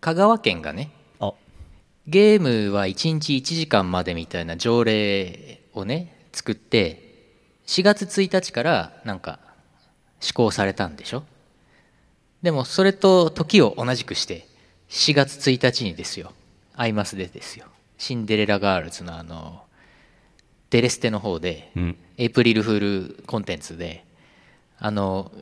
香川県がねあゲームは1日1時間までみたいな条例をね作って4月1日からなんか施行されたんでしょでもそれと時を同じくして4月1日にですよアイマスでですよシンデレラガールズのあのデレステの方でうんエイプリルフールコンテンツであの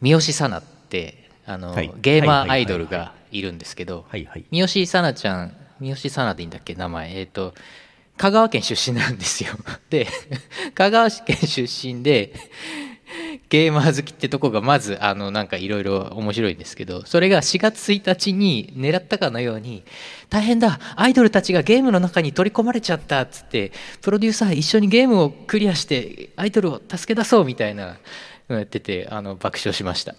三好さなってあの、はいゲーマーアイドルがいるんですけど、はいはい三好さなちゃん三好さなでいいんだっけ名前えっ、と香川県出身なんですよ で香川県出身でゲーマー好きってとこがまずあのなんかいろいろ面白いんですけどそれが4月1日に狙ったかのように大変だアイドルたちがゲームの中に取り込まれちゃったっつってプロデューサー一緒にゲームをクリアしてアイドルを助け出そうみたいなのやっててあの爆笑しました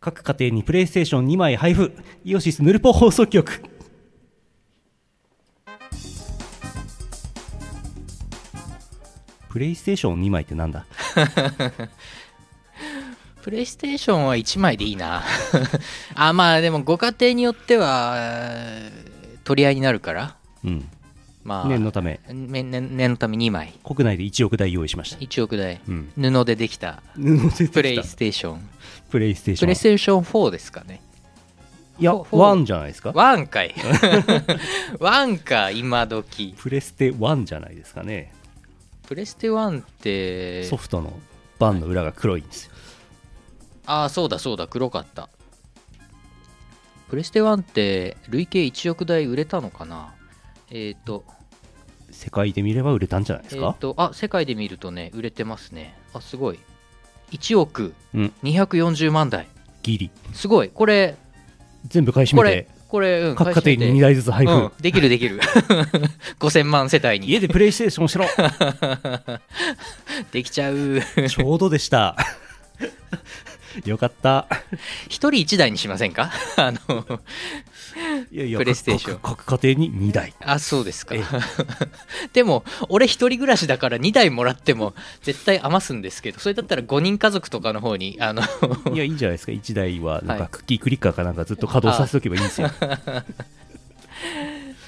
各家庭にプレイステーション2枚配布イオシスヌルポ放送局プレイステーション2枚ってなんだプレイステーションは1枚でいいな あまあでもご家庭によってはえー取り合いになるからうんまあ念のため念念念のため2枚国内で1億台用意しました1億台、うん布でできたプレイステーションプレイステーシプレイスョテーション4ですかねンいやフォーフォー1じゃないですかワンかい ワンか今時プレステ1じゃないですかねプレステ1ってソフトのバンの裏が黒いんですよああそうだそうだ黒かったプレステ1って累計1億台売れたのかなえっ、と世界で見れば売れたんじゃないですえーかっとあ世界で見るとね売れてますねあすごい1億うん240万台ギリすごいこれ全部買い占こめてれこれ、うん、各会社で家庭に2台ずつ配布、うん、できるできる 5000万世帯に家でプレイステーション しろできちゃうちょうどでしたよかった一人一台にしませんか あのいやいやプレイステーション各各家庭に2台 あそうですかえ でも俺一人暮らしだから2台もらっても絶対余すんですけどそれだったら5人家族とかの方にあの いやいいじゃないですか1台はなんはかいクッキークリッカーかなんかずっと稼働させとけばいいんですよ、あプ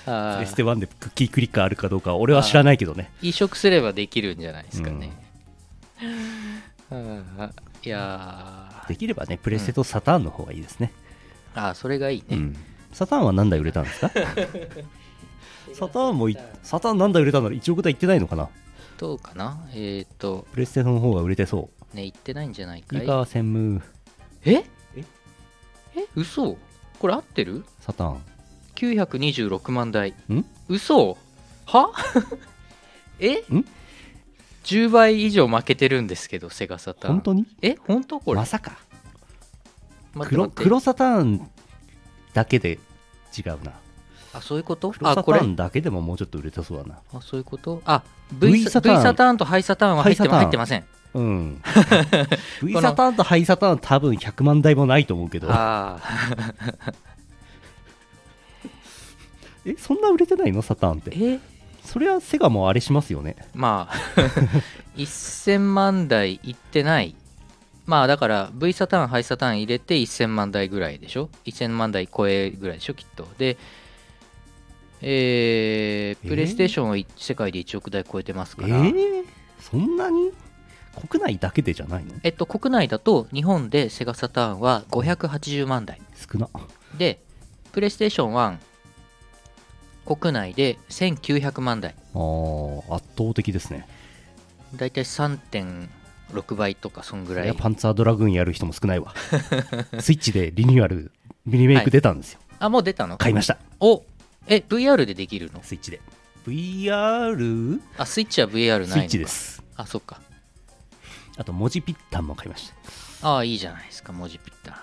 ーレステ1でクッキークリッカーあるかどうかは俺は知らないけどね移植すればできるんじゃないですかね。あーいやーできればねプレステとサターンの方がいいですね、あーそれがいいね。うんサターンは何台売れたんですかサターンもいサターン何台売れたんだろう1億台いってないのかなどうかなえっ、と、プレステの方が売れてそね、言ってないんじゃないうかいいい。か専務えええ嘘これ合ってるサターン ?926 万台。ん嘘はえん ?10 倍以上負けてるんですけど、セガサターン。本当にえ本当これま。さか待って黒待って黒サターンだけで違うなあ、そういうこと黒サあ、タこれー。ンだけでももうちょっと売れてそうだなあ、そういうことあ、V V ササタターンーン V サターンとハイサターンは入ってまハイ入サターンってません。うん V このサターンとハイサターン多分100万台もないと思うけどああ。えそんな売れてないのサターンってえそれはセガもあれしますよねまあ、1000万台いってない。まあだから V サターン、ハイサターン入れて1000万台ぐらいでしょ ?1000 万台超えぐらいでしょきっと。で、えー、えープレイステーションは一世界で1億台超えてますえから。ー、そんなに国内だけでじゃないのえっと、国内だと日本でセガサターンは580万台。少なで、プレイステーション1、国内で1900万台。あー圧倒的ですねだいたい3.6倍とか、そんぐそらりゃい。パンツァードラグーンやる人も少ないわ スイッチでリニューアルリメイク出たんですよ、あ、もう出たの買いましたおえ VR でできるのスイッチで VR あスイッチは VR ないのかスイッチですあそっかあと文字ピッタンも買いましたああいいじゃないですか文字ピッタ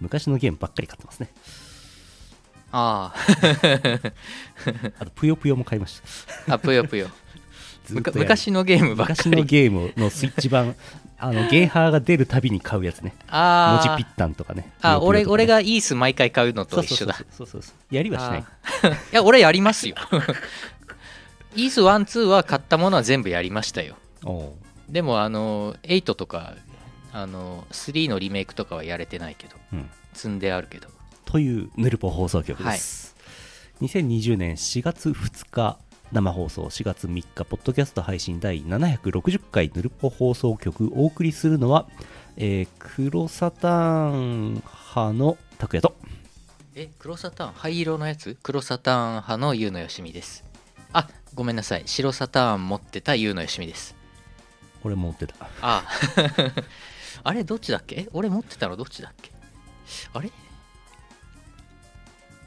昔のゲームばっかり買っ てますねああとぷよぷよも買いましたああぷよぷよ ずむっかとやる昔のゲームばっか昔りのゲームのスイッチ版あのゲーハーが出るたびに買うやつね文あ字あピッタンとかねあ俺ぷよぷよとかね俺がイース毎回買うのと一緒だそうそうそうそうそうそうやりはしないあーいや俺やりますよ イース12は買ったものは全部やりましたよおうでもあの8とかあの3のリメイクとかはやれてないけどうん積んであるけどというヌルポ放送局です、2020年4月2日生放送4月3日ポッドキャスト配信第760回ヌルポ放送局お送りするのは、えー、黒サターン派の拓也とえ黒サターン灰色のやつ黒サターン派の優のよしみですあごめんなさい白サターン持ってた優のよしみです俺も持ってたあ ああれどっちだっけえ俺持ってたのどっちだっけあれい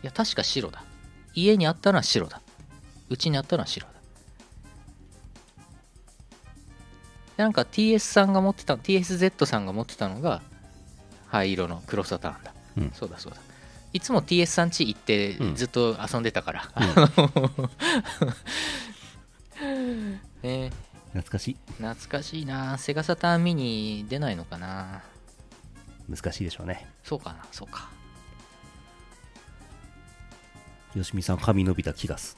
や確か白だ家にあったのは白だうちにあったのは白だでなんか TS さんが持ってたの TSZ さんが持ってたのが灰色の黒サターンだ、うんそうだそうだいつも TS さん家行ってうんずっと遊んでたから、うん ねえ懐かしい懐かしいなセガサターンミニ出ないのかな難しいでしょうねそうかなそうかよしみさん髪伸びた気がす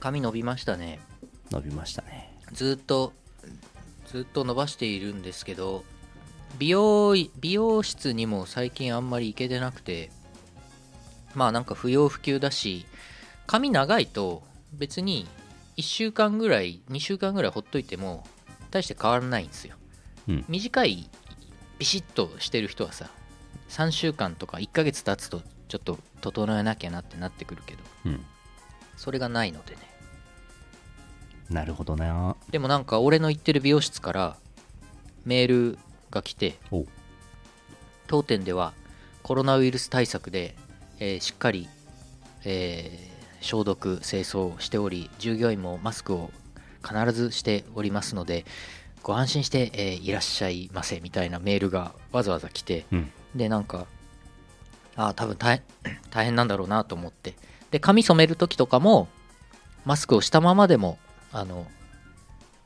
髪伸びましたね伸びましたねずっとずっと伸ばしているんですけど美容い美容室にも最近あんまり行けてなくてまあなんか不要不急だし髪長いと別に1週間ぐらい2週間ぐらいほっといても大して変わらないんですようん短いビシッとしてる人はさ3週間とか1ヶ月経つとちょっと整えなきゃなってなってくるけどうんそれがないのでねなるほどなでもなんか俺の行ってる美容室からメールが来ておう当店ではコロナウイルス対策で、えーしっかり、えー消毒清掃をしており従業員もマスクを必ずしておりますのでご安心して、えーいらっしゃいませみたいなメールがわざわざ来てうんでなんかああ多分大 変大変なんだろうなと思ってで髪染める時とかもマスクをしたままでもあの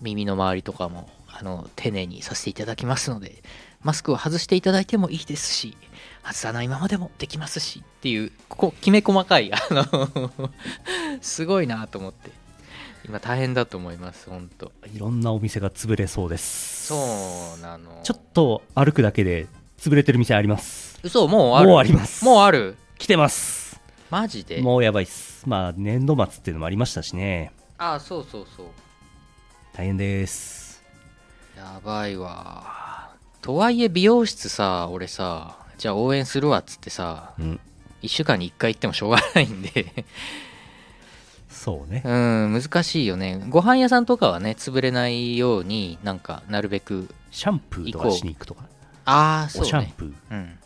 耳の周りとかもあの丁寧にさせていただきますのでマスクを外していただいてもいいですし外さないままでもできますしっていうここきめ細かいあ のすごいなと思って今大変だと思います本当いろんなお店が潰れそうですそうなのちょっと歩くだけで潰れてる店あります嘘もうあるもうありますもうある来てますマジでもうやばいっすまあ年度末っていうのもありましたしねああそうそうそう大変ですやばいわとはいえ美容室さ俺さじゃあ応援するわっつってさうん1週間に1回行ってもしょうがないんでそうねうん難しいよねご飯屋さんとかはね潰れないようになんかなるべくシャンプーとかしに行くとかああおそシうャンねプーうん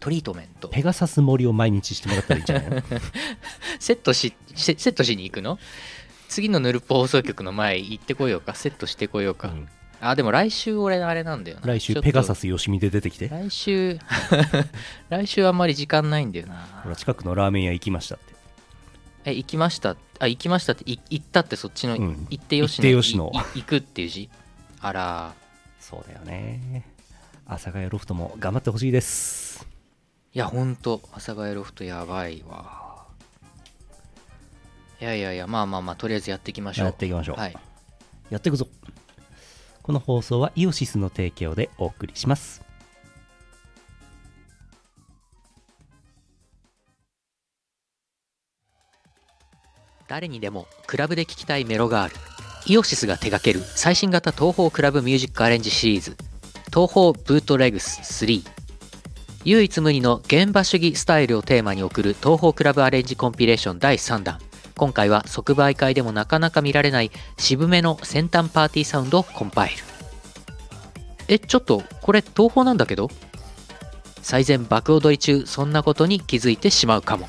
トリートメントペガサス盛りを毎日してもらったらいいんじゃないのセットししセットしに行くの次のヌルポ放送局の前行ってこようかセットしてこようか、うんあでも来週俺あれなんだよな来週ちょっとペガサスよしみで出てきて来週 来週あんまり時間ないんだよなほら近くのラーメン屋行きましたってえ行きましたあ行きましたってい行ったってそっちの、うん行ってよしの行ってよしのいい行くっていう字あらそうだよね阿佐ヶ谷ロフトも頑張ってほしいですいやほんと阿佐ヶ谷ロフトやばいわいやいやいやまあまあまあとりあえずやっていきましょうやっていきましょうはいやっていくぞこの放送はイオシスの提供でお送りします誰にでもクラブで聴きたいメロがあるイオシスが手掛ける最新型東宝クラブミュージックアレンジシリーズ東宝ブートレグス3唯一無二の現場主義スタイルをテーマに送る東宝クラブアレンジコンピレーション第3弾今回は即売会でもなかなか見られない渋めの先端パーティーサウンドをコンパイルえちょっとこれ東宝なんだけど最前爆踊り中そんなことに気づいてしまうかも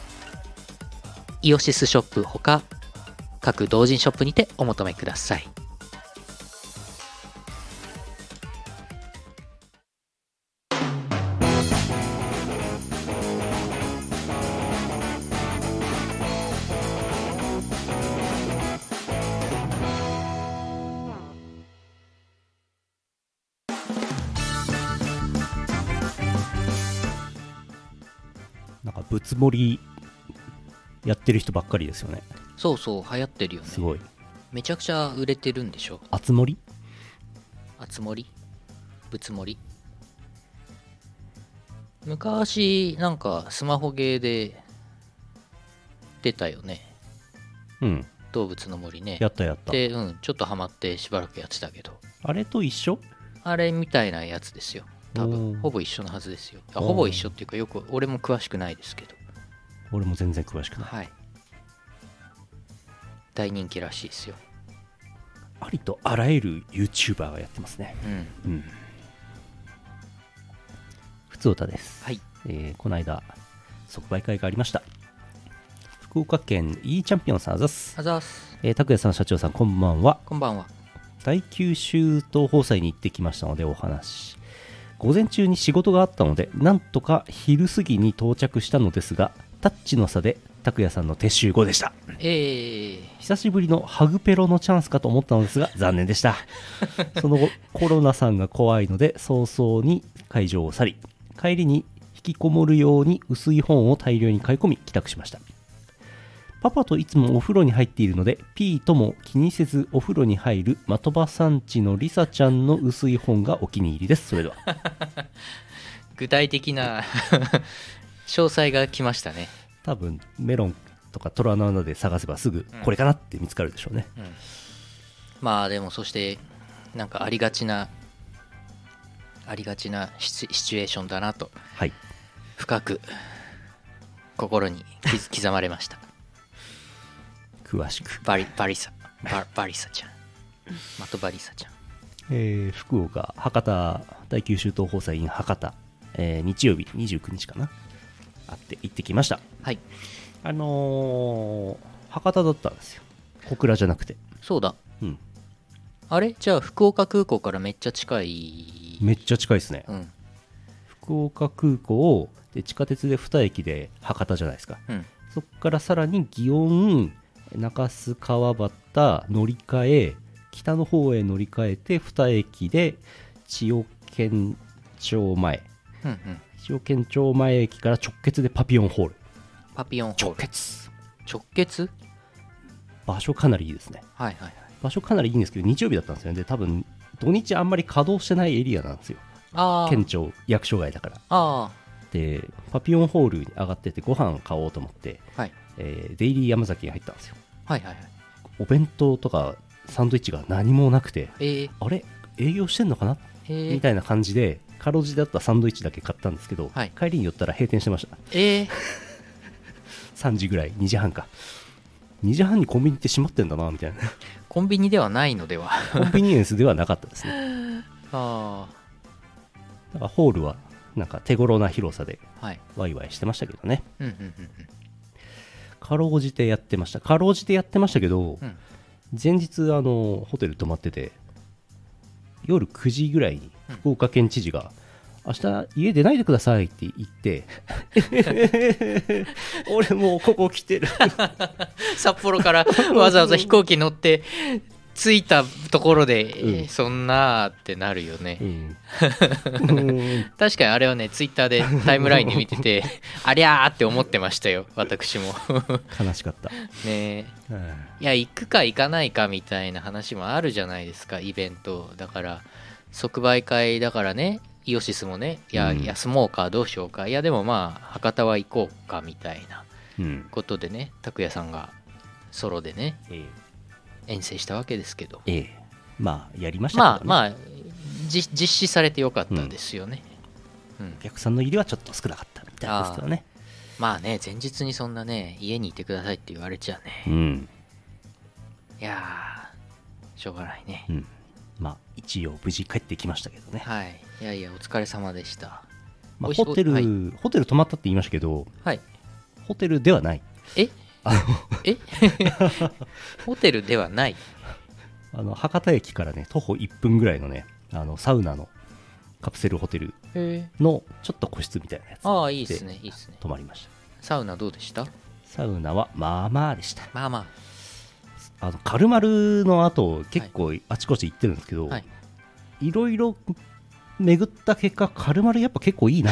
イオシスショップほか各同人ショップにてお求めくださいなんかぶつ盛りやってる人ばっかりですよねそうそう流行ってるよねすごいめちゃくちゃ売れてるんでしょあつ盛りあつ森ぶつ森昔なんかスマホゲーで出たよねうん動物の森ねやったやったでうんちょっとハマってしばらくやってたけどあれと一緒あれみたいなやつですよ多おー分ほぼ一緒のはずですよあおーほぼ一緒っていうかよく俺も詳しくないですけど俺も全然詳しくないはい大人気らしいですよありとあらゆる YouTuber がやってますねうんうん普通歌ですはいえーこの間即売会がありました福岡県 E チャンピオンさんあざっすあざーすえー拓也さん社長さんこんばんはこんばんは大九州東宝祭に行ってきましたのでお話し午前中に仕事があったのでなんとか昼過ぎに到着したのですがタッチの差で拓也さんの撤収後でしたえー、久しぶりのハグペロのチャンスかと思ったのですが残念でしたその後コロナさんが怖いので早々に会場を去り帰りに引きこもるように薄い本を大量に買い込み帰宅しましたパパといつもお風呂に入っているので P とも気にせずお風呂に入る的場さんちのリサちゃんの薄い本がお気に入りですそれでは具体的な 詳細が来ましたね、多分メロンとか虎の穴で探せばすぐこれかなって見つかるでしょうね、うん、まあでもそしてなんかありがちなありがちなシチュシチュエーションだなとはい深く心に刻刻まれました詳しくバリバリサババリサちゃん的バリサちゃんえー福岡博多大九州東宝祭 in 博多、えー日曜日29日かなあって行ってきましたはいあのー博多だったんですよ小倉じゃなくてそうだうんあれじゃあ福岡空港からめっちゃ近いめっちゃ近いですねうん福岡空港をで地下鉄で2駅で博多じゃないですかうんそこからさらに祇園中洲川端乗り換え北の方へ乗り換えて2駅で千代県庁前うんうん千代県庁前駅から直結でパピオンホールパピオンホール結直結場所かなりいいですねはいはいはい場所かなりいいんですけど日曜日だったんですよねで多分土日あんまり稼働してないエリアなんですよあ県庁役所外だからああでパピオンホールに上がっててご飯買おうと思って、あはいえーデイリー山崎に入ったんですよはいはいはいお弁当とかサンドイッチが何もなくてえー、あれ営業してんのかなえーみたいな感じでかろうじだったサンドイッチだけ買ったんですけど、はい帰りに寄ったら閉店してましたえー、 3時ぐらい2時半か2時半にコンビニって閉まってんだなみたいなコンビニではないのでは コンビニエンスではなかったですねあだからホールはなんか手頃な広さであはいワイワイしてましたけどねうんうんうん かろうじてやってましたかろうじてやってましたけど、うんうん前日あのホテル泊まってて夜9時ぐらいに福岡県知事が、明日家出ないでくださいって言って 俺もうここ来てる札幌から わざわざ飛行機乗って着いたところで、えーうんそんなーってなるよね、うんうん確かにあれはねツイッターでタイムラインで見てて ありゃーって思ってましたよ私も 悲しかった、ねえうんいや行くか行かないかみたいな話もあるじゃないですかイベントだから即売会だからねイオシスもねいや、うん休もうかどうしようかいやでもまあ博多は行こうかみたいなうんことでね拓哉さんがソロでねええ遠征したわけですけどええまあやりましたけど、まねあまあじ実施されてよかったですよね、うんお客さんの入りはちょっと少なかったみたいですけどねまあね前日にそんなね家にいてくださいって言われちゃうねん、いやーしょうがないねうん、まあ一応無事帰ってきましたけどね、はいいやいやお疲れ様でしたおまあ、いしホテル、はいホテル泊まったって言いましたけどはいホテルではない えあえ ホテルではないのあの博多駅からね徒歩1分ぐらいのねあのサウナのカプセルホテルのちょっと個室みたいなやつああいいですねいいですね泊まりましたサウナどうでしたサウナはまあまあでしたまあまあのカルマルの後結構あちこち行ってるんですけあど、はいい、ろいろ巡った結果カルマルやっぱ結構いいな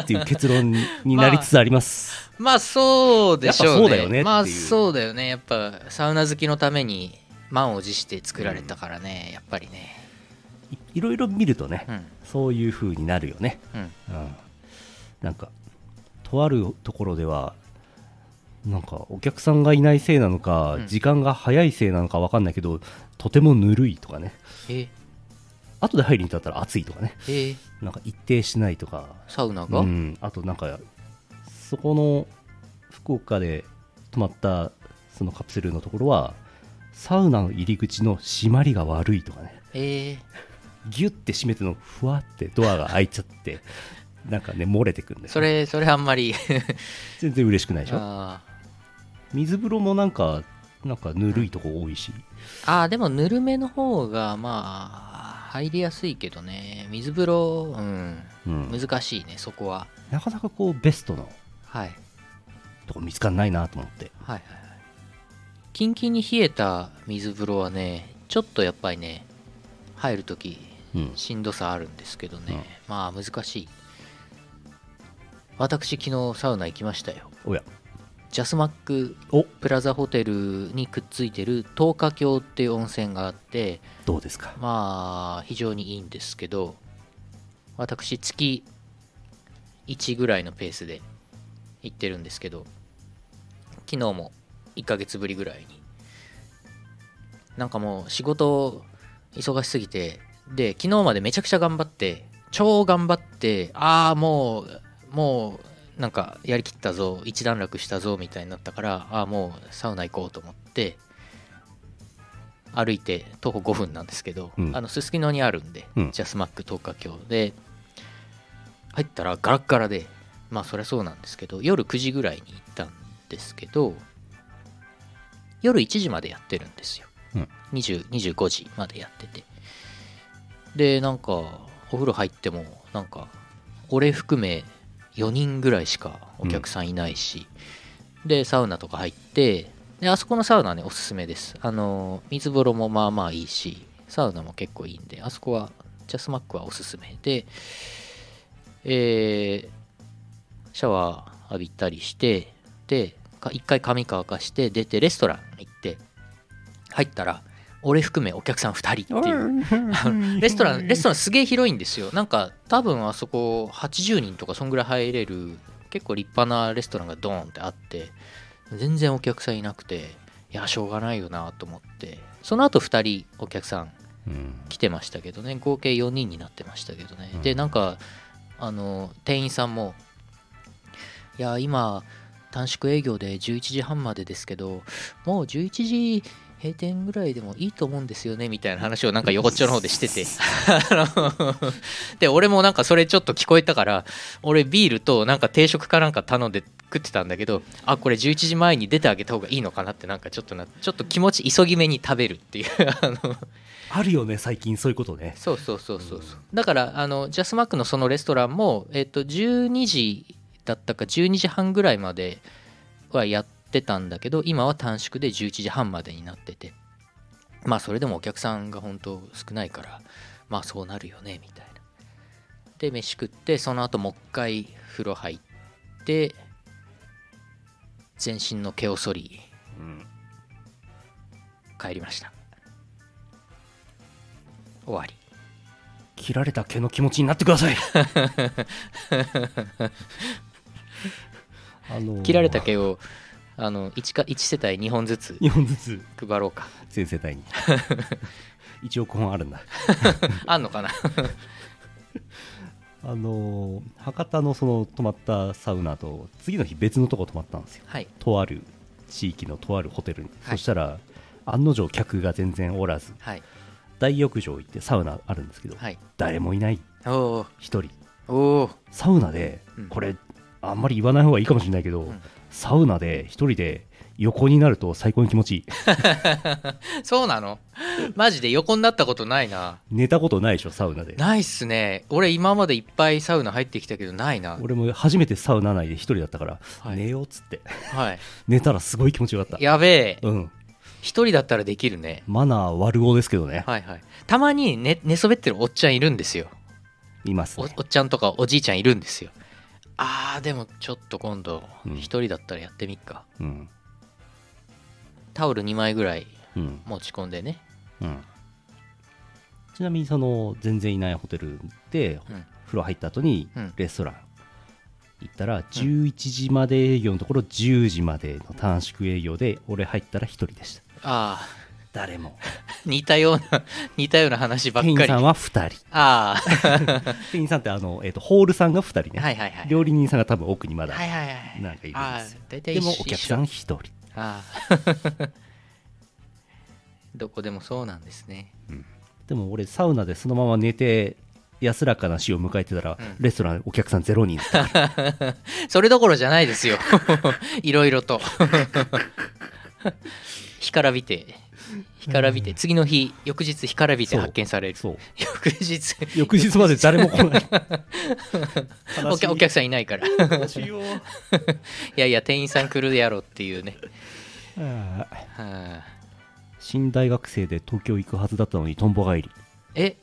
っていう結論になりつつあります、 まあそうでしょうねやっぱそうだよねっていうまあそうだよねやっぱサウナ好きのために満を持して作られたからね、やっぱりねいいろいろ見るとね、うんそういう風になるよねうんうんなんかとあるところではなんかお客さんがいないせいなのか、うん時間が早いせいなのか分かんないけどとてもぬるいとかねえ後で入りに至ったら暑いとかねえなんか一定しないとかサウナが、うんあとなんかそこの福岡で泊まったそのカプセルのところはサウナの入り口の締まりが悪いとかねええギュッて閉めてのふわってドアが開いちゃってなんかね漏れてくるんだよねそれそれあんまり全然嬉しくないでし ょあ水風呂もなんかなんかぬるいとこ多いし、ーあーでもぬるめの方がまあ入りやすいけどね水風呂うんうん難しいねそこはなかなかこうベストのはいとこ見つかんないなと思ってはいはいはいキンキンに冷えた水風呂はねちょっとやっぱりね入るときうんしんどさあるんですけどね、うんまあ難しい私昨日サウナ行きましたよおやジャスマックおプラザホテルにくっついてる東華峡っていう温泉があってどうですかまあ非常にいいんですけど私月1ぐらいのペースで行ってるんですけど昨日も1ヶ月ぶりぐらいになんかもう仕事忙しすぎてで昨日までめちゃくちゃ頑張って超頑張ってああもうもうなんかやりきったぞ一段落したぞみたいになったからああもうサウナ行こうと思って歩いて徒歩5分なんですけど、うんあのすすきのにあるんで、うんジャスマック東華峡で入ったらガラッガラでまあそりゃそうなんですけど夜9時ぐらいに行ったんですけど夜1時までやってるんですよ、うん20 25時までやっててでなんかお風呂入ってもなんか俺含め4人ぐらいしかお客さんいないし、でサウナとか入ってであそこのサウナはねおすすめですあの水風呂もまあまあいいしサウナも結構いいんであそこはジャスマックはおすすめでえーシャワー浴びたりしてでか一回髪乾かして出てレストラン行って入ったら俺含めお客さん2人っていうレストラン、レストランすげえ広いんですよ。なんか、多分あそこ80人とか、そんぐらい入れる、結構立派なレストランがドーンってあって、全然お客さんいなくて、いや、しょうがないよなと思って、その後2人お客さんうん来てましたけどね、合計4人になってましたけどね。うんで、なんか、あの、店員さんも、いや、今、短縮営業で11時半までですけど、もう11時閉店ぐらいでもいいと思うんですよねみたいな話をなんか横っちょの方でしてて あので俺もなんかそれちょっと聞こえたから俺ビールとなんか定食かなんか頼んで食ってたんだけどあこれ11時前に出てあげた方がいいのかなってなんかちょっとなちょっと気持ち急ぎめに食べるっていうあのあるよね最近そういうことねそうそうそうそうそうだからあのジャスマックのそのレストランも、えっと12時だったか12時半ぐらいまではやってたんだけど今は短縮で11時半までになっててまあそれでもお客さんが本当少ないからまあそうなるよねみたいなで飯食ってその後もう一回風呂入って全身の毛を剃りうん帰りました終わり切られた毛の気持ちになってくだ さいあのー切られた毛をあの 1, か1世帯2本ずつ2本ずつ配ろう か全世 帯に1億本あるんだあんのかな あのー博多のその泊まったサウナと次の日別のとこ泊まったんですよはいとある地域のとあるホテルに、はいそしたら案の定客が全然おらずはい大浴場行ってサウナあるんですけど、はい誰もいないお1人おおーサウナで、うんこれあんまり言わない方がいいかもしれないけど、んサウナで1人で横になると最高に気持ちいいそうなのマジで横になったことないな寝たことないでしょサウナでないっすね俺今までいっぱいサウナ入ってきたけどないな俺も初めてサウナ内で1人だったから、はい寝ようっつってはい寝たらすごい気持ちよかったやべえうん一人だったらできるねマナー悪おですけどね、はいはいたまに寝寝そべってるおっちゃんいるんですよいますおおねっちゃんとかおじいちゃんいるんですよあーでもちょっと今度うん一人だったらやってみっか、うんタオル2枚ぐらいうん持ち込んでねうんちなみにその全然いないホテルでうん風呂入った後にうんレストラン行ったら11時まで営業のところ10時までの短縮営業で俺入ったら1人でしたああ誰も似たような 似たような話ばっか店り員さんあは2人あ店員さんってあの、えー、とホールさんが2人ね、はいはい はい料理人さんが多分奥にまだ、はいはいはいなんかいるんああですよ大体で一緒もお客さん1人あ あどこでもそうなんですねでも俺サウナでそのまま寝て安らかな死を迎えてたら、うんレストランお客さんゼロ人だったからそれどころじゃないですよ いろいろと 干からびて干からびて次の日翌日干からびてそう発見されるそう 翌日翌日まで誰も来ない お客お客さんいないからさん悲しいよいやいや店員さん来るやろっていうねああはあ新大学生で東京行くはずだったのにトンボ帰りえ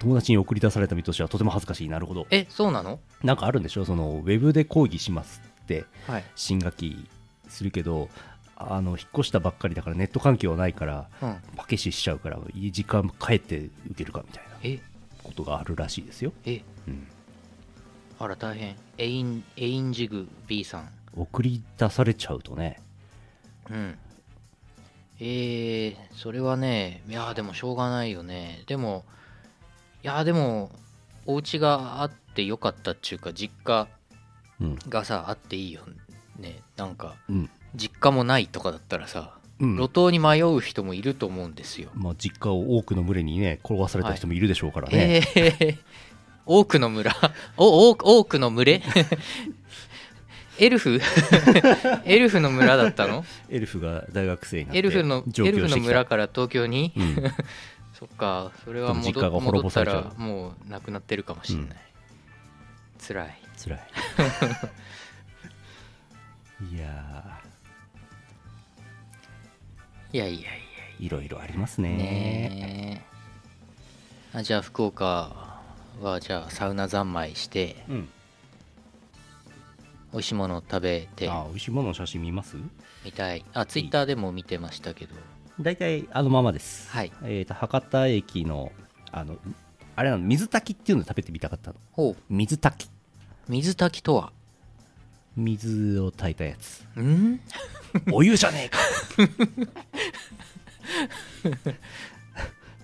友達に送り出された身としてはとても恥ずかしいなるほどえそうなのなんかあるんでしょそのウェブで講義しますってはい、新学期するけどあの引っ越したばっかりだからネット環境はないからうん、パケシしちゃうからいい時間帰って受けるかみたいなえことがあるらしいですよ、えうん、あら大変エインエインジグ B さん送り出されちゃうとねうんえー、それはねいやーでもしょうがないよねでもいやーでもお家があってよかったっちゅうか実家うんがさあっていいよねなんかうん実家もないとかだったらさ、うん路頭に迷う人もいると思うんですよ、まあ、実家を多くの群れにね転がされた人もいるでしょうからね、えー、多くの村 お多く多くの群れ エルフ エルフの村だったのエルフが大学生になってエルフの上エル京フしのてき村たから東京に、 うんそっかそれはでも戻実家が滅戻ぼったされちゃうらもうなくなってるかもしれない、うん辛いつらい いやいやいやいーいろいろありますやねねえあじゃあ福岡はじゃあサウナ三昧してうん、美味しいもの食べてあ美味しいものの写真見ますみたいあツイッターでも見てましたけど大体あのままです、はいえー、と博多駅のあのあれなの水炊きっていうの食べてみたかったのほう水炊き水炊きとは水を炊いたやつんお湯じゃ ねえか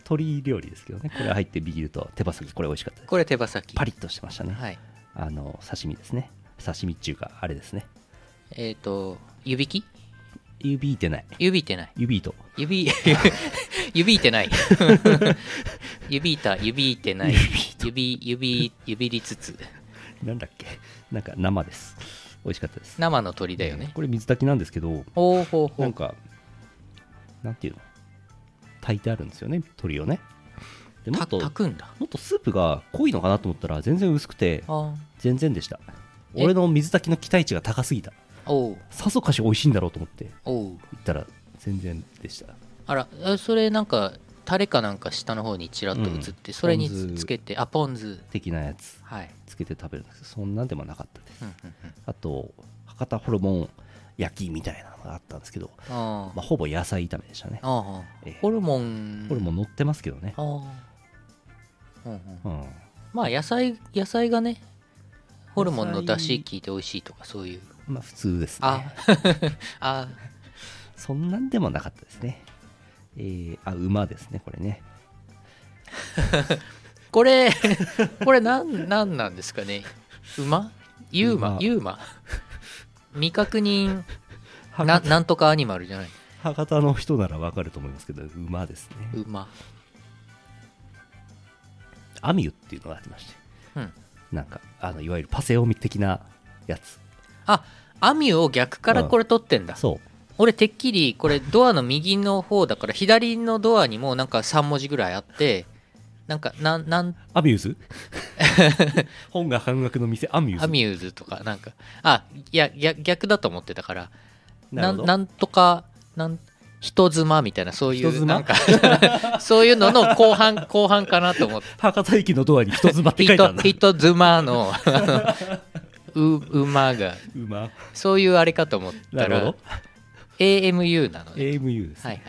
鶏料理ですけどねこれ入ってビールと手羽先これ美味しかったですこれ手羽先パリッとしてましたね、はいあの刺身ですね刺身っていうかあれですねえっ、と湯引き湯引いてない湯引いてない湯引いと 指指いてない指いた指いてない指指指りつつなんだっけなんか生です美味しかったです生の鳥だよねこれ水炊きなんですけどほうほうほなんうかなんていうの炊いてあるんですよね鶏をねでもたっと炊くんだもっとスープが濃いのかなと思ったら全然薄くてあ全然でしたえ俺の水炊きの期待値が高すぎたおうさぞかし美味しいんだろうと思っておう行ったら全然でしたあらあそれなんかタレかなんか下の方にちらっと映って、うんそれにポン酢つけてあポン酢的なやつはい、つけて食べるんですけどそんなんでもなかったですうんうんうんあと博多ホルモン焼きみたいなのがあったんですけど、あまあ、ほぼ野菜炒めでしたねあああええホルモンホルモン乗ってますけどねああ、うんうん、うんまあ野菜野菜がねホルモンの出汁効いて美味しいとかそういうまあ普通です あねあそんなんでもなかったですねえー、あ馬ですねこれねこれこれなんなんなんですかね馬ユーマ馬ユーマ未確 認博な多なんとかアニマルじゃない博多の人ならわかると思いますけど馬ですね馬アミュっていうのがありましてうんなんかあのいわゆるパセオミ的なやつあアミュを逆からこれ撮ってんだ、そ俺てっきりこれドアの右の方だから左のドアにもなんか3文字ぐらいあってなんかなんなんうアミュ ーズ本が半額の店アミューズアミューズとかなんかあいやいや逆だと思ってたからななるほんどなんとかなん人妻みたいなそうい人う妻なんか そういうのの後半 後半かなと思って博多駅のドアに人妻って書いてあ人るんだ人妻の あのう馬が馬そういうあれかと思ったなるほらど AMU なのね AMU です、はいはい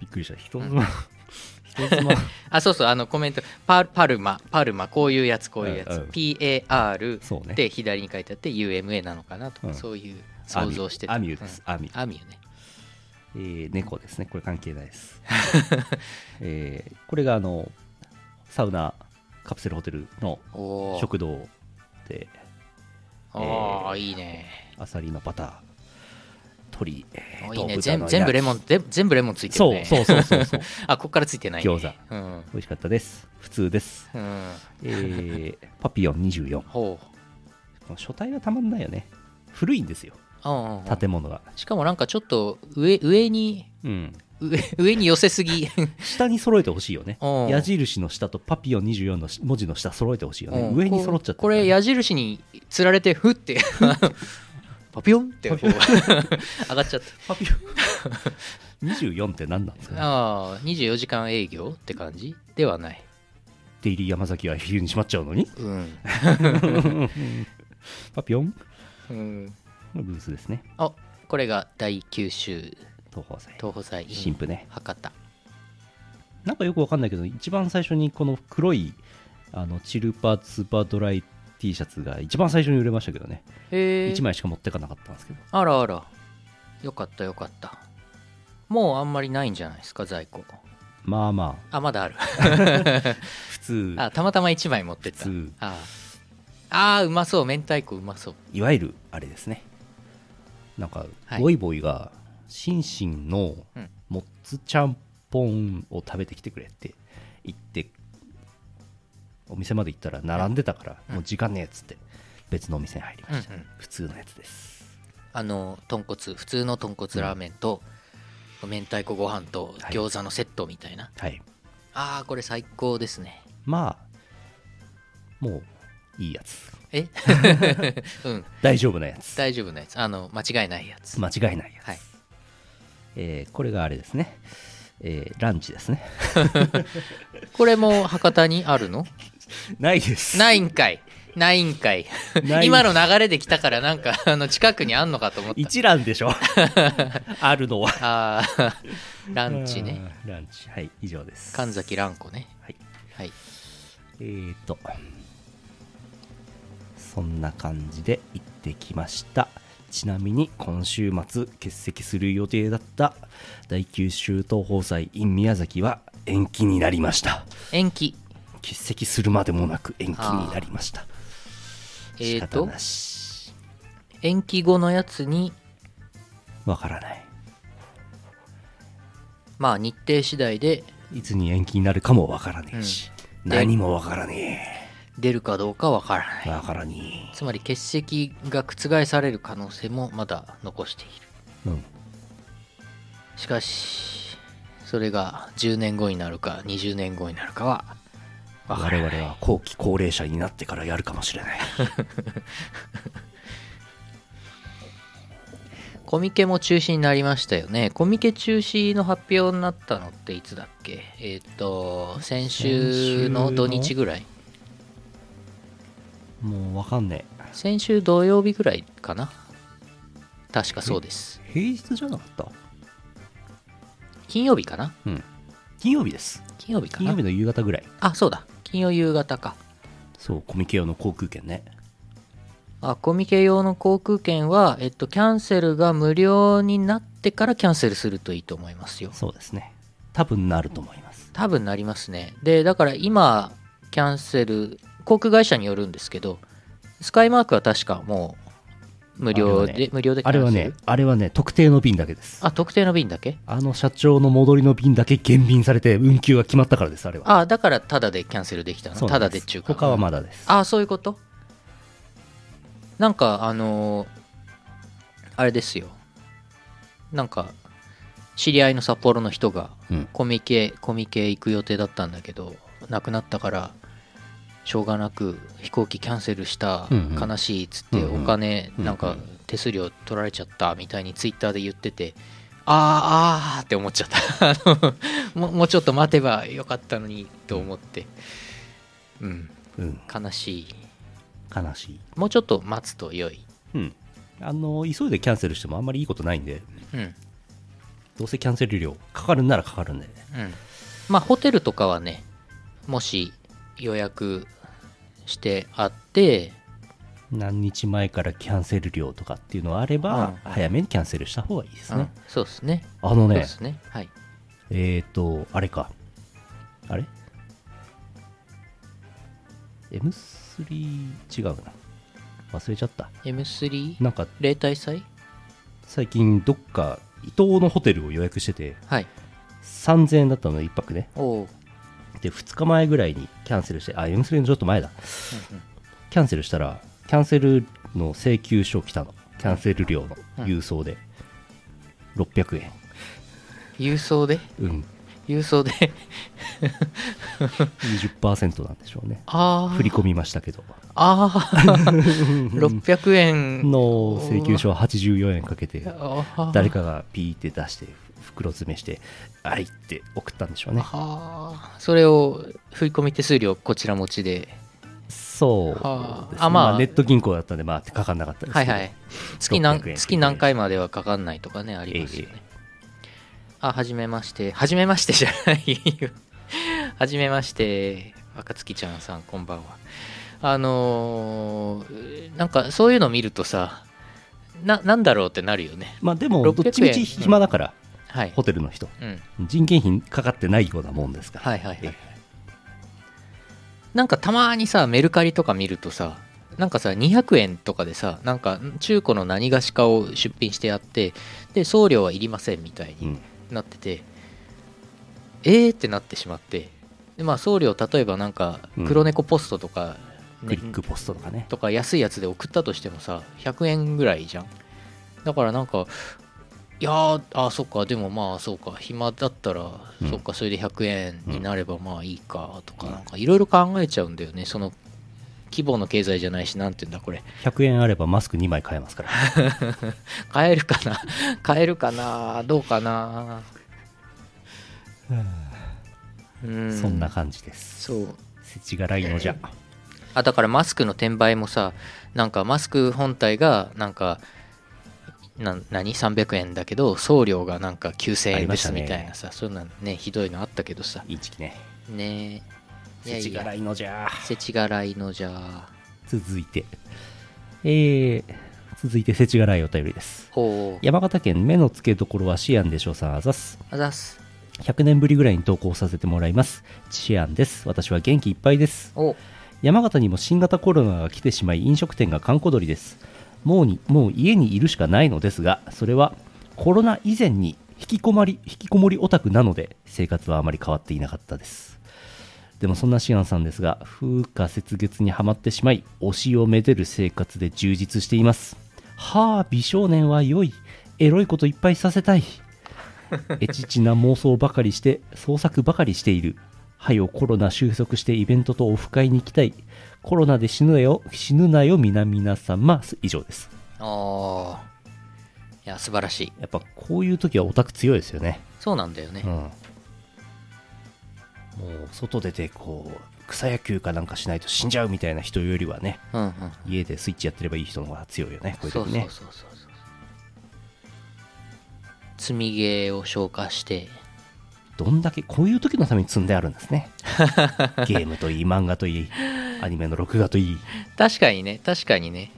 びっくりした人妻、人妻あそうそうあのコメントパパルマパルマこういうやつこういうやつうんうんそうね PAR で左に書いてあって UMA なのかなとか、うんそういう想像してたアミューです、アミュうんアミューねえー猫ですねこれ関係ないです えーこれがあのサウナカプセルホテルのおー食堂でああいいねアサリのバター鶏えおーいいねと全豚の全部レモ焼ン全全部レモンついてるきそうねそうそうそうそう あここからついてない、ね、餃子うん、美味しかったです普通です、うん、えー パピヨン24こほうの書体がたまんないよね古いんですようんうんうん建物が、しかもなんかちょっと上上にうん、上上に寄せす ぎ下に揃えてほしいよねうん矢印の下とパピヨン24の文字の下揃えてほしいよねうん上に揃っちゃってるこれ矢印につられてふって パピヨンってこう 上がっちゃっパピヨン 24って何なんですかたねああ24時間営業って感じではないデイリー山崎は昼に閉まっちゃうのにうん、パピヨンうん、のブースですねあこれが第九州東宝祭東宝祭新 in 婦ね博多なんかよくわかんないけど一番最初にこの黒いあのチルパースーパードライ T シャツが一番最初に売れましたけどねへえ1枚しか持ってかなかったんですけどあらあらよかったよかったもうあんまりないんじゃないですか在庫まあまあまだあるあ普通あたまたま1枚持ってった普通あああーうまそう明太子うまそういわゆるあれですねなんかはいボイボイがシンシンのうんもっつちゃんぽんを食べてきてくれって言ってお店まで行ったら並んでたからもう時間ねえっつって別のお店に入りましたうんうん普通のやつですあの豚骨普通の豚骨ラーメンと、明太子ご飯とはい餃子のセットみたいな、はいああこれ最高ですねまあもういいやつ えうん大丈夫なやつ大丈夫なやつあの間違いないや つ間違いないやつ、はいえーこれがあれですね、えーランチですねこれも博多にあるのないで すないんかいないんかいない今の流れで来たからなんかあの近くにあんのかと思った一 覧でしょあるのはああランチねうんランチはい以上です神崎蘭子ねはいはいえーとそんな感じで行ってきましたちなみに今週末欠席する予定だった第九州東宝祭 in 宮崎は延期になりました延期欠席するまでもなく延期になりましたえ仕ー方となし延期後のやつにわからないまあ日程次第でいつに延期になるかもわからねえし、うんで何もわからね出るかどうかわからないえわからねつまり欠席が覆される可能性もまだ残しているえうんしかしそれが10年後になるか20年後になるかは分か我ら々ないは後期高齢者になってからやるかもしれないコミケも中止になりましたよねコミケ中止の発表になったのっていつだっけえっ、と先週の土日ぐらいもうわかんねえ先週土曜日ぐらいかな確かそうです平日じゃなかった金曜日かなうん金曜日です金曜日か金曜な日の夕方ぐらいあそうだ金曜夕方かそうコミケ用の航空券ねあコミケ用の航空券は、えっと、キャンセルが無料になってからキャンセルするといいと思いますよ。そうですね多分なると思います多分なりますね。で、だから今、キャンセル、航空会社によるんですけど、スカイマークは確かもう無料で、あれはね無料でキャあンセれルはねあれはね特定の便だけですあ特定の便だけあの社長の戻りの便だけ減便されて運休が決まったからですあれはあだからタダでキャンセルできたの。そうタなダんでっすていうか。他はまだですあそういうことなんかあのーあれですよなんか知り合いの札幌の人がうんコミケコミケ行く予定だったんだけど亡くなったからしょうがなく飛行機キャンセルした、うんうん悲しいっつって、うんうんお金うんなんか手数料取られちゃったみたいにツイッターで言っててあーあーって思っちゃった あのももうちょっと待てばよかったのにと思ってうんうん悲しい悲しいもうちょっと待つと良いうんあの急いでキャンセルしてもあんまりいいことないんでうんどうせキャンセル料かかるんならかかるんでうんまあホテルとかはねもし予約してあって何日前からキャンセル料とかっていうのがあれば、うん早めにキャンセルした方がいいですね、うんそうですねあのそうねですねはいえっ、ー、とあれかあれ M3 違うな忘れちゃった M3 なんか例大祭最近どっか伊東のホテルを予約しててはい3000円だったの1泊ねおおで2日前ぐらいにキャンセルしてあ M3 のちょっと前だキャンセルしたらキャンセルの請求書来たのキャンセル料のうん郵送で、600円郵送でうん郵送で 20%なんでしょうねああ振り込みましたけどああ 600円の請求書は84円かけてあー誰かがピーって出して袋詰めしてあいって送ったんでしょうねはあそれを振り込み手数料こちら持ちでそうですね、はあああまあまあネット銀行だったんでまあかかんなかったですはけいどはい月何600円月何回まではかかんないとかねありますよね、えあはじめましてはじめまして じゃないよはじめまして若月ちゃんさんこんばんはあのーなんかそういうの見るとさななんだろうってなるよねまあでもどっちみ600円ち暇だから、はいホ、テルの人うん、人件費かかってないようなもんですから、はいはいはい、ええなんかたまにさメルカリとか見るとさなんかさ200円とかでさなんか中古の何がしかを出品してやってで送料はいりませんみたいにうんなってて、えーってなってしまってで、まあ、送料例えばなんかうん黒猫ポストとか、クリックポストとかねとか安いやつで送ったとしてもさ100円ぐらいじゃんだからなんかいやーあそっかでもまあそうか暇だったら、うんそっかそれで100円になればまあいいかとかなんかいろいろ考えちゃうんだよねその規模の経済じゃないしなんて言うんだこれ100円あればマスク2枚買えますから買えるかな 買えるかなどうかなうんそんな感じですそう世知辛いのじゃあだからマスクの転売もさなんかマスク本体がなんかな何300円だけど送料がなんか9000あり円までしたすねみたいなさ、そんなねひどいのあったけどさインチキねねえ世知辛いのじゃせちがらいのじゃあ続いてえー、続いて世知辛いお便りですほう山形県目の付けどころはシアンでしょうさんあざっすあざっす100年ぶりぐらいに投稿させてもらいますシアンです私は元気いっぱいですお山形にも新型コロナが来てしまい飲食店が閑古鳥ですもうにもう家にいるしかないのですがそれはコロナ以前に引きこもり引きこもりオタクなので生活はあまり変わっていなかったですでもそんなシアンさんですが風化雪月にはまってしまい推しをめでる生活で充実していますはあ美少年は良いエロいこといっぱいさせたいエチチな妄想ばかりして創作ばかりしているはよコロナ収束してイベントとオフ会に行きたいコロナで死ぬよ死ぬなよ皆々様以上ですおいや素晴らしいやっぱこういう時はオタク強いですよねそうなんだよねうん、もう外出てこう草野球かなんかしないと死んじゃうみたいな人よりはねうんうん家でスイッチやってればいい人の方が強いよねこういうそうそう時そうねそうそう積みゲーを消化してどんだけこういう時のために積んであるんで すねゲームといい漫画といいアニメの録画といい確かにね確かにね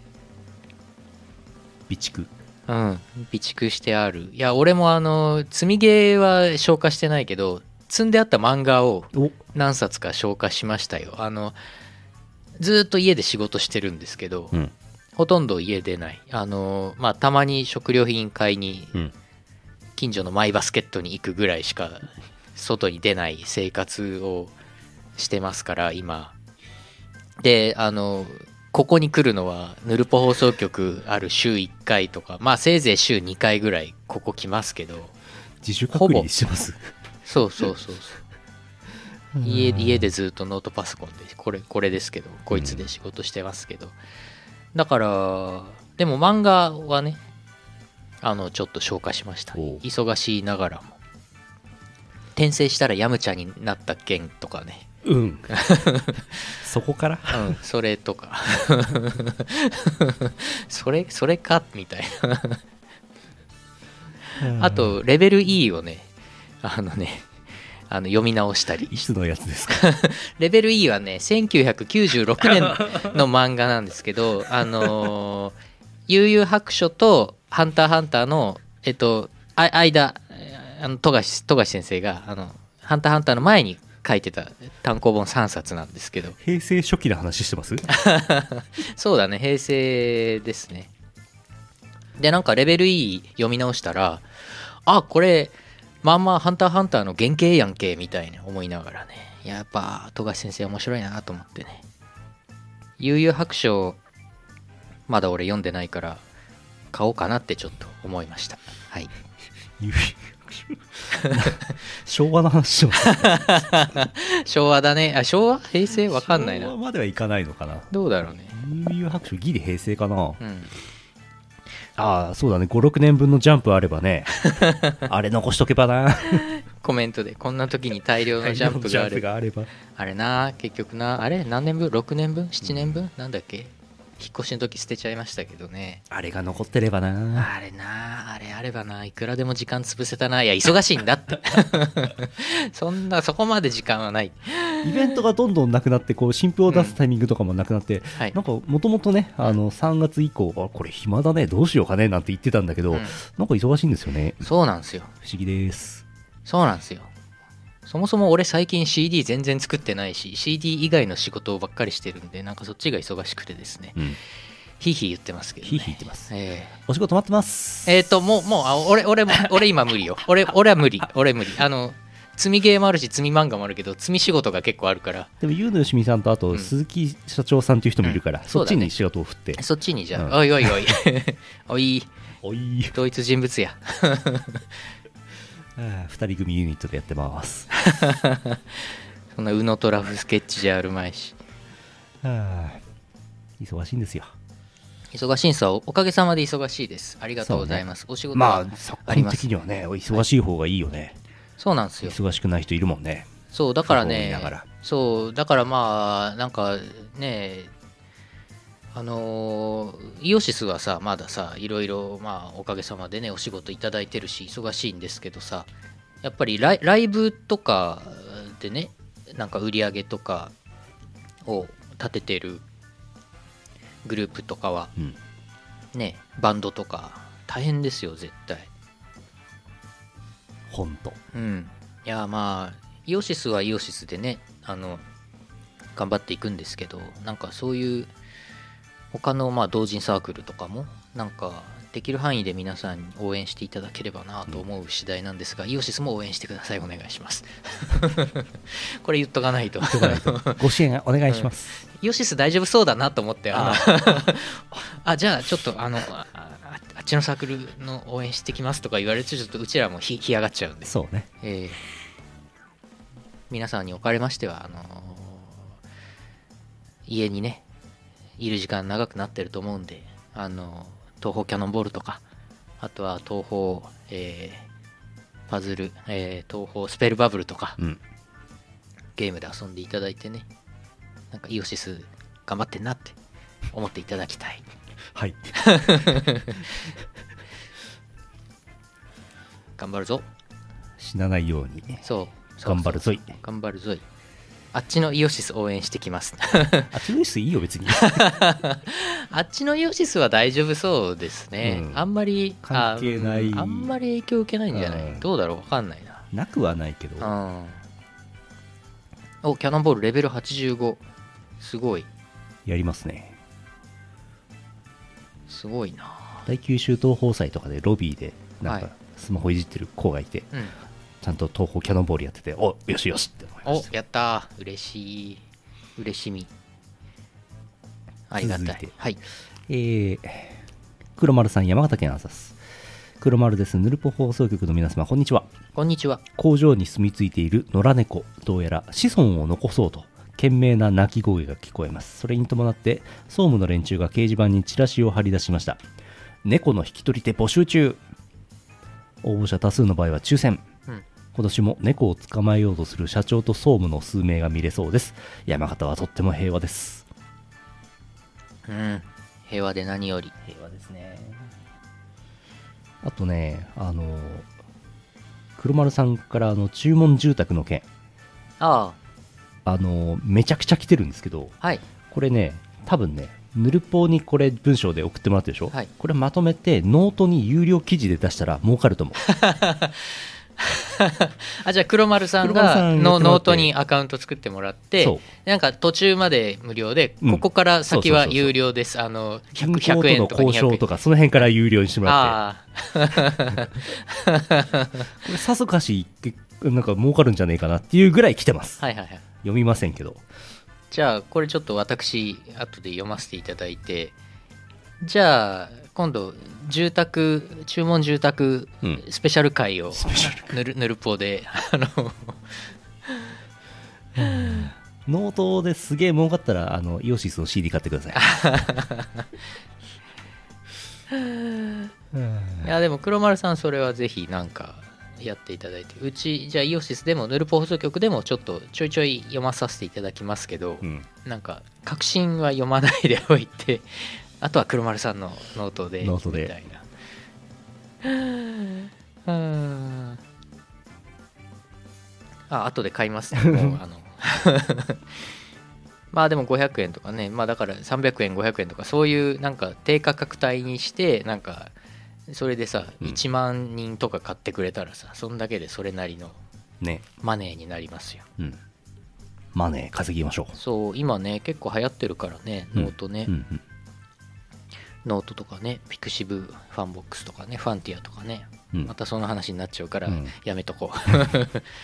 備蓄うん、備蓄してあるいや俺もあの積みゲーは消化してないけど積んであった漫画をお何冊か消化しましたよあのずーっと家で仕事してるんですけど、うんほとんど家出ないあのまあたまに食料品買いにうん近所のマイバスケットに行くぐらいしか外に出ない生活をしてますから今であのここに来るのはヌルポ放送局ある週1回とかまあせいぜい週2回ぐらいここ来ますけど自主ほ隔ぼ離してますそうそうそうそう家家でずっとノートパソコンでこれこれですけどこいつで仕事してますけど、だからでも漫画はねあのちょっと消化しましたおう忙しいながらも転生したらヤムチャになった件とかね、うん そこからうん、 それとかそれそれかみたいなあと、レベル E をね、あのね、あの読み直したりいつのやつですか レベル E はね1996年の漫画なんですけどあのー悠々白書と「ハンターハンターの」えっとあ間あの富樫富樫先生が「あのハンターハンター」の前に書いてた単行本3冊なんですけど平成初期の話してますそうだね平成ですねでなんかレベル E 読み直したらあこれまんまあ「ハンターハンター」の原型やんけみたいな思いながらねやっぱ富樫先生面白いなと思ってね悠々白書まだ俺読んでないから買おうかなってちょっと思いましたはいゆ 昭和の話してます昭和だねあ昭和平成わかんない昭和なまではいかないのかなどうだろうね悠々白書ギリ平成かなうんああそうだね56年分のジャンプあれば ねあれ残しとけばなコメントでこんな時に大量のジャンプがあジャンプるがあればあれな結局なあれ何年分6年分7年分、なんだっけ引っ越しの時捨てちゃいましたけどねあれが残ってればなあれなあれあればないくらでも時間潰せたないや忙しいんだって そんなそこまで時間はないイベントがどんどんなくなってこう新譜を出すタイミングとかもなくなって、はいなんかもともとねあの3月以降あこれ暇だねどうしようかねなんて言ってたんだけど、うんなんか忙しいんですよねそうなんですよ不思議ですそうなんですよそもそも俺最近 CD 全然作ってないし CD 以外の仕事ばっかりしてるんでなんかそっちが忙しくてですねうんヒーヒー言ってますけど、ね、ひいひい言ってますええお仕事待ってますえっ、と、もう、もう、あ俺、俺も、俺今無理よ。俺、俺は無理。俺無理。あの、積みゲーもあるし、積み漫画もあるけど、積み仕事が結構あるから、でも優のよしみさんとあうとん鈴木社長さんという人もいるから、んそっちそうだねに仕事を振って、そっちにじゃあ、うんおいおいお い。おい、おい同一人物や。ああ二人組ユニットでやってますそんな、ウノトラフスケッチじゃあるまいし。ああ忙しいんですよ忙しいんすわ。おおかげさまで忙しいです。ありがとうございます。お仕事まはあ昨あり今ます。的にはね忙しい方がいいよね、そうなんですよ。忙しくない人いるもんねそう、だから過去を見ねながら、そう、だからまあ、なんかね、あのーイオシスはさ、まださ、いろいろ、まあ、おかげさまでね、お仕事いただいてるし、忙しいんですけどさ、やっぱりライライブとかでね、なんか売り上げとかを立ててるグループとかは、うんね、バンドとか、大変ですよ、絶対。ほんとうん、いやまあイオシスはイオシスでねあの頑張っていくんですけどなんかそういう他のまあ同人サークルとかもなんかできる範囲で皆さんに応援していただければなと思う次第なんですが、イオシスも応援してくださいお願いします これ言っとかないとご支援お願いします、イオシス大丈夫そうだなと思ってあの あじゃあちょっとあのあああっちのサークルの応援してきますとか言われるとちょっとうちらもひ干上がっちゃうんでそうねえー皆さんにおかれましてはあのー家にねいる時間長くなってると思うんで、あのー東宝キャノンボールとかあとは東宝、えーパズル、えー東宝スペルバブルとかうんゲームで遊んでいただいてねなんかイオシス頑張ってんなって思っていただきたいはい頑張るぞ死なないようにそうそう頑張るぞい頑張るぞいあっちのイオシス応援してきますあっちのニュースいいよ 別にあっちのイオシスは大丈夫そうですね。うんあんまり関係ないあ,、うんあんまり影響受けないんじゃない、うんどうだろうわかんないなくはないけどな。うん。お、キャノンボールレベル85。すごい。やりますねすごいな。第九州東宝祭とかでロビーでなんはかスマホいじってる子がいて、うん。ちゃんと東宝キャノンボールやってておよしよしって思いまおし、たやったー。嬉しい。嬉しみ。ありがたい。続いてはい。えー、黒丸さん山形県アザス黒丸ですヌルポ放送局の皆様こんにちはこんにちは。工場に住み着いている野良猫どうやら子孫を残そうと懸命な鳴き声が聞こえますそれに伴って総務の連中が掲示板にチラシを貼り出しました猫の引き取り手募集中応募者多数の場合は抽選うん。今年も猫を捕まえようとする社長と総務の数名が見れそうです山形はとっても平和ですうん。平和で何より。平和ですねあとねあの黒丸さんからあの注文住宅の件ああのめちゃくちゃ来てるんですけどあはいこれね多分ねヌルポにこれ文章で送ってもらってるでしょ、はいこれまとめてノートに有料記事で出したら儲かると思 うあじゃあ黒丸さん黒丸さがんのやってもらノーってトにアカウント作ってもらってそうなんか途中まで無料で、うんここから先はそうそうそうそう有料ですあの 100, 銀行と100円のとか200円交渉とかその辺から有料にしてもらっあてこれさぞかしなんか儲かるんじゃねえかなっていうぐらい来てます、あはいはいはい読みませんけどじゃあこれちょっと私後で読ませていただいてじゃあ今度住宅注文住宅うんスペシャル会をスペシャルぬるぬるぽで あのノートですげえ儲かったらあのイオシスの CD 買ってください いやでも黒丸さんそれはぜひなんかやっていただいてうちじゃあイオシスでもヌルポ放送局でもちょっとちょいちょい読まさせていただきますけど、うんなんか確信は読まないでおいて あとは黒丸さんのノートでノートでみたいなうーんあ後で買い ますねもうあの まあでも500円とかねまあだから300円500円とかそういうなんか低価格帯にしてなんかそれでさ、うん1万人とか買ってくれたらさそんだけでそれなりのねマネーになりますようんマネー稼ぎましょそう今ね結構流行ってるからねうんノートね、う、うんうん、ノートとかねピクシブファンボックスとかねファンティアとかね、うんまたその話になっちゃうからうんやめとこ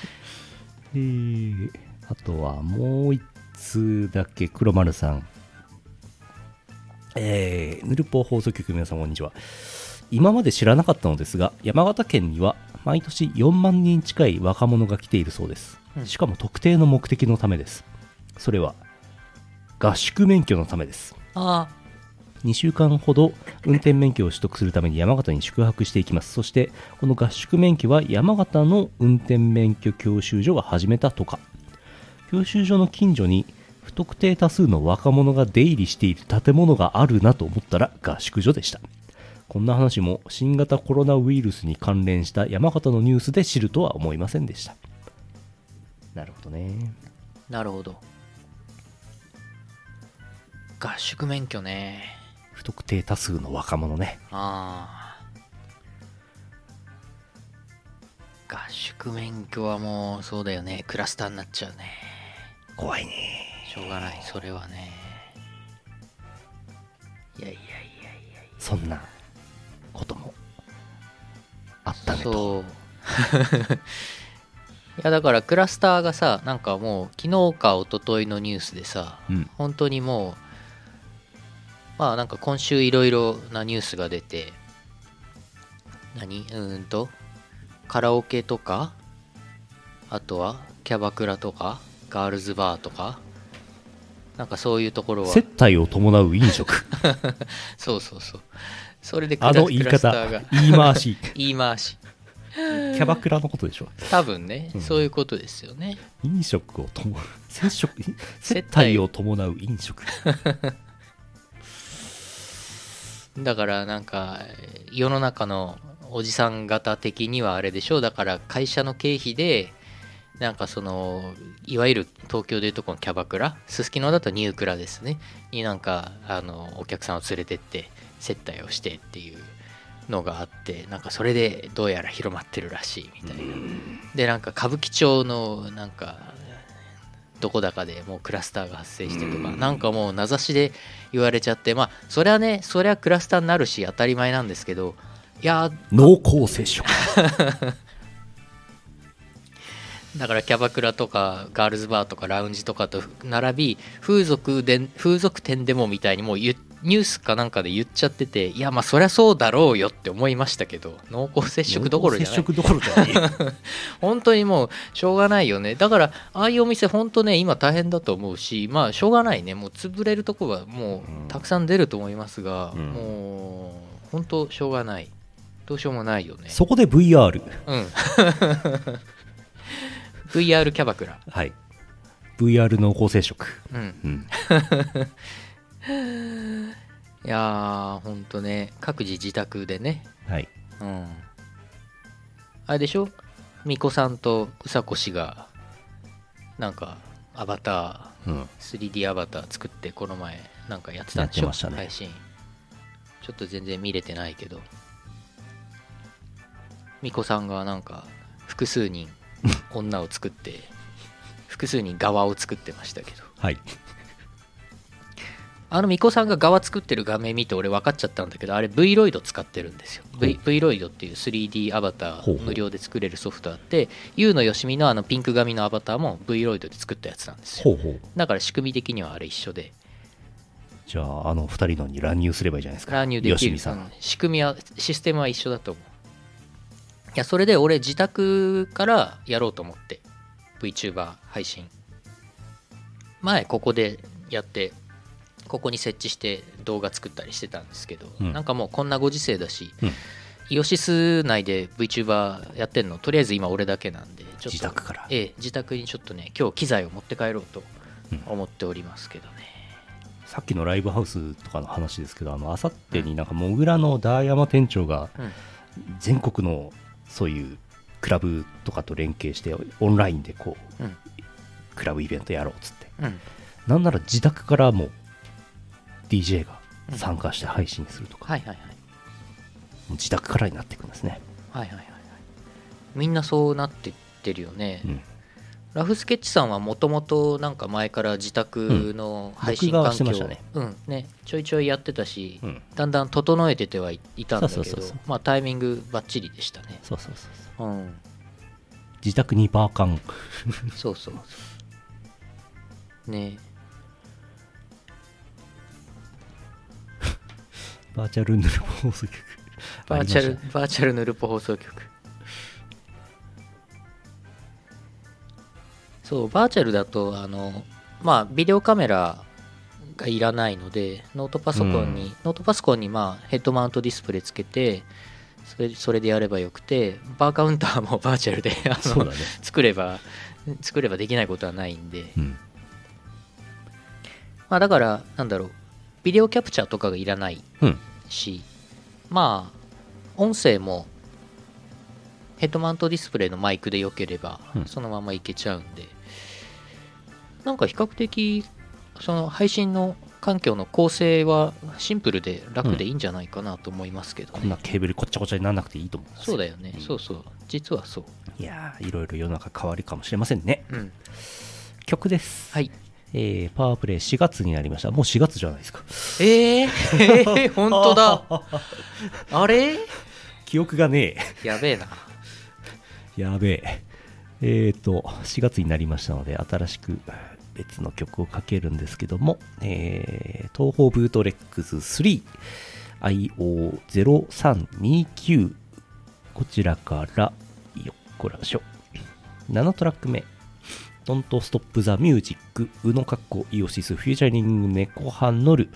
えーあとはもう一通だけ黒丸さんえー、ヌルポ放送局皆さんこんにちは今まで知らなかったのですが山形県には毎年4万人近い若者が来ているそうですうんしかも特定の目的のためですそれは合宿免許のためですうあ2週間ほど運転免許を取得するために山形に宿泊していきますそしてこの合宿免許は山形の運転免許教習所が始めたとか教習所の近所に不特定多数の若者が出入りしている建物があるなと思ったら合宿所でしたこんな話も新型コロナウイルスに関連した山形のニュースで知るとは思いませんでしたなるほどねあなるほど合宿免許ね不特定多数の若者ねああ合宿免許はもうそうだよねクラスターになっちゃうね怖いねしょうがないそれはねいやいやいやそんなこともあったねと。そう いやだからクラスターがさなんかもう昨日か一昨日のニュースでさうん、本当にもうまあなんか今週いろいろなニュースが出て何うーんとカラオケとかあとはキャバクラとかガールズバーとかなんかそういうところは接待を伴う飲食そうそうそうそれでクラ あの言いクラスタ方ーが言い回し言い回しキャバクラのことでしょ多分ね、うんそういうことですよね飲食を伴う接触接接待待を伴う飲食だからなんか世の中のおじさん方的にはあれでしょうだから会社の経費でなんかそのいわゆる東京でいうとこのキャバクラすすきのだとニュークラですねになんかあのお客さんを連れてって接待をしてっていうのがあってなんかそれでどうやら広まってるらしいみたいなでなんか歌舞伎町のなんかどこだかでもうクラスターが発生してとかなんかもう名指しで言われちゃってまあそれはねそれはクラスターになるし当たり前なんですけどいやー濃厚接触だからキャバクラとかガールズバーとかラウンジとかと並び風俗で風俗店でもみたいにもう言っニュースかなんかで言っちゃってていやまあそりゃそうだろうよって思いましたけど濃厚接触どころじゃ な接い触どころじゃない 本当にもうしょうがないよねだからああいうお店本当ね今大変だと思うしまあしょうがないねもう潰れるとこはもうんうたくさん出ると思いますが、うんもう本当しょうがないどうしようもないよねそこで VR うん VR キャバクラはい VR 濃厚接触うんうんいやーほんとね各自自宅でねはいうんあれでしょ巫女さんとうさこ氏がなんかアバタうんー 3D アバター作ってこの前なんかやってたんでしょやってましたね配信ちょっと全然見れてないけど巫女さんがなんか複数 人女を作って複数人側を作ってましたけどはいあの巫女さんが側作ってる画面見て俺分かっちゃったんだけどあれ V ロイド使ってるんですよ V, v ロイドっていう 3D アバタほうほーう無料で作れるソフトあって YOU のよしみのあのピンク髪のアバターも V ロイドで作ったやつなんですよほうほうだから仕組み的にはあれ一緒でじゃああの二人のに乱入すればいいじゃないですか乱入でき吉る見さうんん仕組みはシステムは一緒だと思ういやそれで俺自宅からやろうと思って VTuber 配信前ここでやってここに設置して動画作ったりしてたんですけど、うんなんかもうこんなご時世だし、うんイオシス内で VTuber やってんのとりあえず今俺だけなんでちょっと自宅からええ自宅にちょっとね今日機材を持って帰ろうと思っておりますけどね、さっきのライブハウスとかの話ですけどあのあさってになんかモグラのダーヤマ店長がうん全国のそういうクラブとかと連携してオンラインでこううんクラブイベントやろうっつってうんなんなら自宅からも DJ が参加して配信するとか、はいはいはいもう自宅からになっていくんですね、はいはいはいはいみんなそうなってってるよね、うんラフスケッチさんはもともとなんか前から自宅の配信録画環はして境、ましたねうんねちょいちょいやってたし、うんだんだん整えててはいいたんだけどそうそうそうそうまあタイミングばっちりでしたねそうそうそうそううん自宅にバーカンそうそうそうねバーチャルヌルポ放送局バーチャありルましたねバーチャルヌルポ放送局そうバーチャルだとあのまあビデオカメラがいらないのでノートパソコンに、うんノートパソコンにまあヘッドマウントディスプレイつけてそれそれでやればよくてバーカウンターもバーチャルであそうの、だね作れば作ればできないことはないんで、うんまあだからなんだろうビデオキャプチャーとかがいらないうんしまあ音声もヘッドマウントディスプレイのマイクで良ければうんそのままいけちゃうんで、なんか比較的その配信の環境の構成はシンプルで楽でいいんじゃないかなと思いますけどこね、んなケーブルこっちゃこっちゃにならなくていいと思うんですそうだよね、うんそうそう実はそういやーいろいろ世の中変わりかもしれませんねうん曲ですはいえー、パワープレイ4月になりましたもう4月じゃないですかえー、え ー、 本当だあれ 記憶がねやべえなえやべええーと4月になりましたので新しく別の曲をかけるんですけども、えー東宝ブートレックス 3IO0329 こちらからよっこらしょ7トラック目 Don't Stop the Music 宇野かっこイオシスフューチャリング猫ハンノル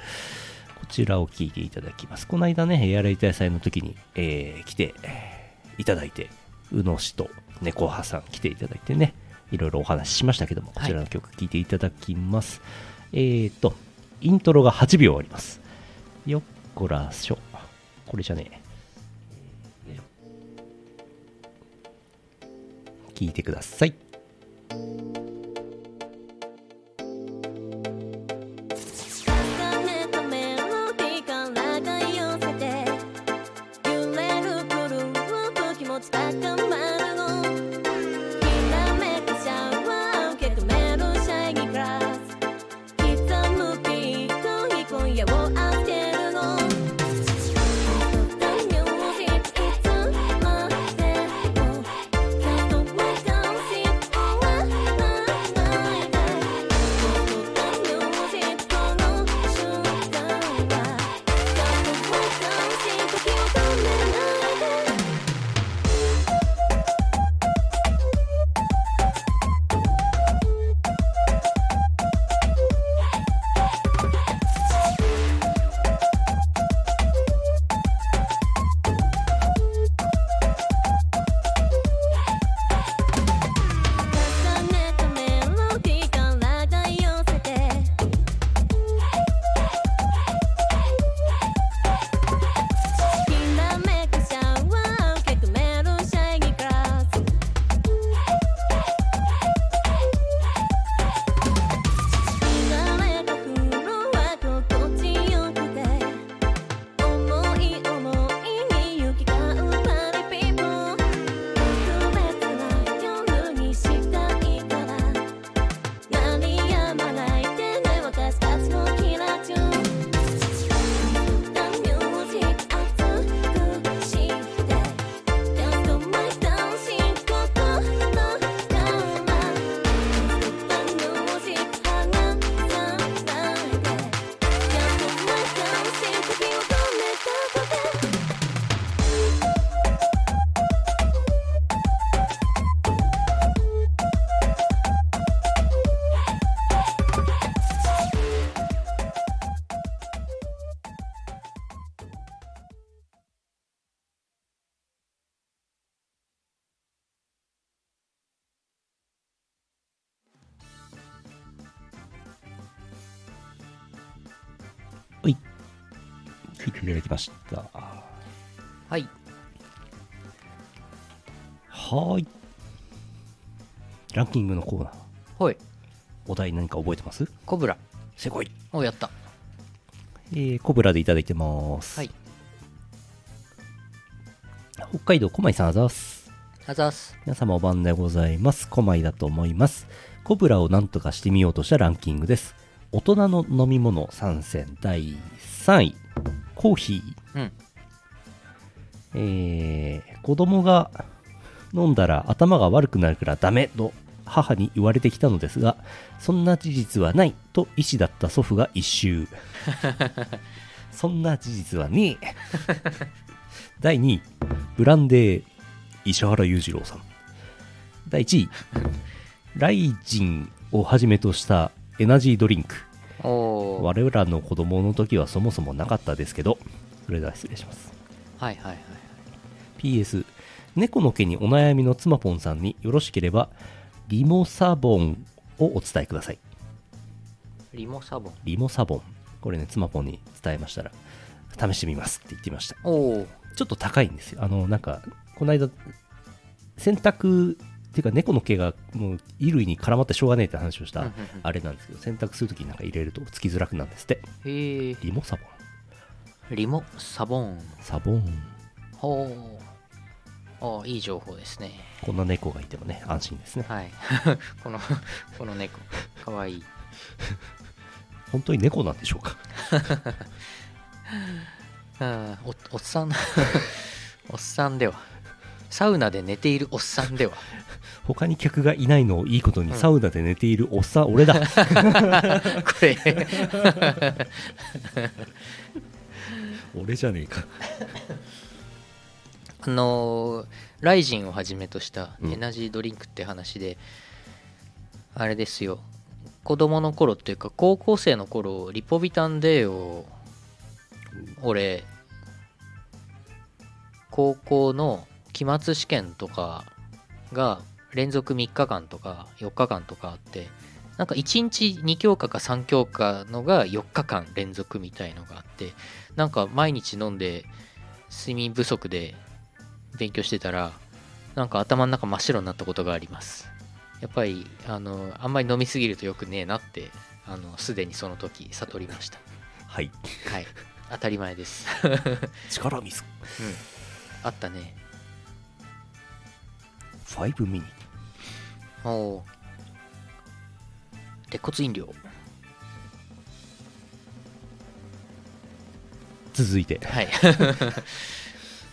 こちらを聴いていただきますこの間ねエアライター祭の時に、えー来てえーいただいて宇野氏と猫ハさん来ていただいてねいろいろお話ししましたけどもこちらの曲聴いていただきます、えーとイントロが8秒ありますよっこらしょこれじゃねえ聞いてください重ねたメロディーからが寄せて揺れるグループ気持ち高まるのきらめくシャワー受け止めるシャイニーグラス刻むビートに今夜を当てるの The music is on my level Can't wait to see all my night この瞬間は「誰もが感じ時を止められて」聞いていただきました。はいはーい。ランキングのコーナー。ほいお題何か覚えてますコブラせこい。おやったえー、コブラでいただいてます。はい北海道、小牧さんあざーす。あざーす皆様お晩でございます。小牧だと思います。コブラを何とかしてみようとしたランキングです。大人の飲み物参戦第3位。コーヒー。うんえー子供が飲んだら頭が悪くなるからダメと母に言われてきたのですがそんな事実はないと医師だった祖父が一周そんな事実はねえ 第2位ブランデー石原裕次郎さん第1位ライジンをはじめとしたエナジードリンクおお我らの子供の時はそもそもなかったですけどそれでは失礼しますはいはいはい PS 猫の毛にお悩みの妻ぽんさんによろしければリモサボンをお伝えくださいリモサボンリモサボンこれね妻ぽんに伝えましたら試してみますって言ってみましたおおちょっと高いんですよあのなんかこの間洗濯っていうか猫の毛がもう衣類に絡まってしょうがねえって話をしたあれなんですけど洗濯するときになんか入れるとつきづらくなるんですってへえリモサボンリモサボンサボンほうおーいい情報ですねこんな猫がいてもね安心ですねはい このこの猫かわいい本当に猫なんでしょうかうんおおっさん おっさんではサウナで寝ているおっさんでは他に客がいないのをいいことに、うんサウナで寝ているおっさん俺だこれ 俺じゃねえかあのーライジンをはじめとしたうんエナジードリンクって話で、あれですよ子供の頃っていうか高校生の頃リポビタン D を俺高校の期末試験とかが連続3日間とか4日間とかあってなんか1日2教科か3教科のが4日間連続みたいのがあってなんか毎日飲んで睡眠不足で勉強してたらなんか頭の中真っ白になったことがありますやっぱりあのあんまり飲みすぎるとよくねえなってあのすでにその時悟りましたはいはい当たり前です力水うん、あったね5ミニおお鉄骨飲料続いてはい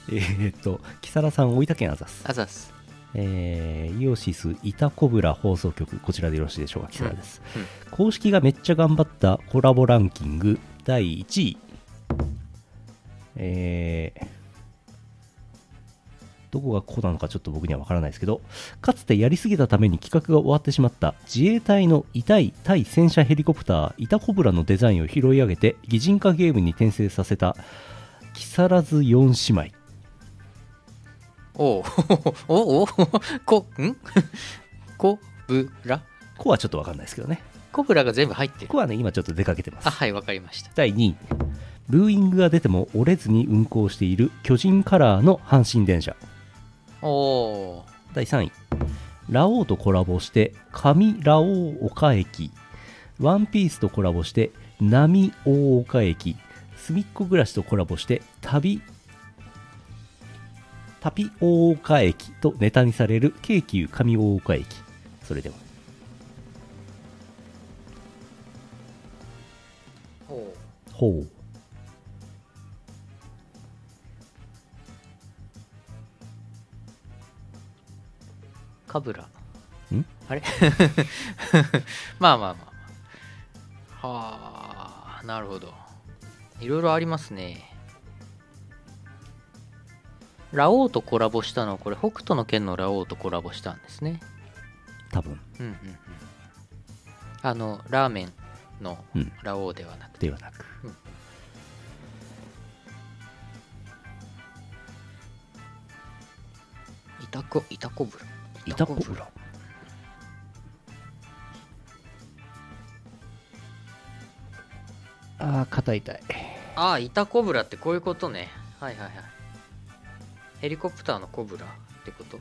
えーっと木更津さん大分県あざすあざっすえーイオシスイタコブラ放送局こちらでよろしいでしょうか木更津です、うんうん公式がめっちゃ頑張ったコラボランキング第1位えーどこがこうなのかちょっと僕には分からないですけどかつてやりすぎたために企画が終わってしまった自衛隊の痛い対戦車ヘリコプターイタコブラのデザインを拾い上げて擬人化ゲームに転生させた木更津4姉妹おおおおこん コブラこはちょっと分かんないですけどねコブラが全部入ってるこはね今ちょっと出かけてますあはいわかりました第2位ブーイングが出ても折れずに運行している巨人カラーの阪神電車おお第3位ラオウとコラボして上ラオウ岡駅ワンピースとコラボして波大岡駅すみっこ暮らしとコラボして旅旅大岡駅とネタにされる京急上大岡駅それではおおほうカブラんあれ まあまあまあはあなるほどいろいろありますねラオウとコラボしたのはこれ北斗の拳のラオウとコラボしたんですね多分うんうんうんあのラーメンのうんラオウではなくて、ではなく、うんイタコイタコブライタコブラああ肩痛いあああ板コブラってこういうことねはいはいはいヘリコプターのコブラってこと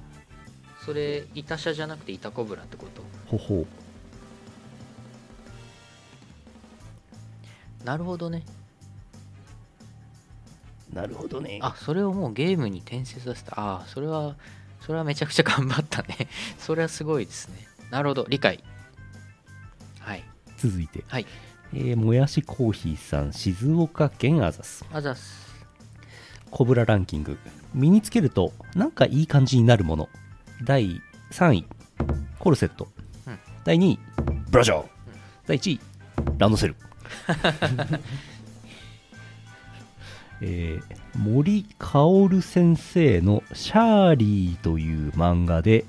それ板車じゃなくて板コブラってことほほうなるほどねなるほどねあそれをもうゲームに転生させたああそれはそれはめちゃくちゃ頑張ったね それはすごいですねなるほど理解はい続いて、はいえーもやしコーヒーさん静岡県アザスあざっすコブラランキング身につけるとなんかいい感じになるもの第3位コルセット、うん第2位ブラジャー、第1位ランド セルえー森かおる先生の「シャーリー」という漫画で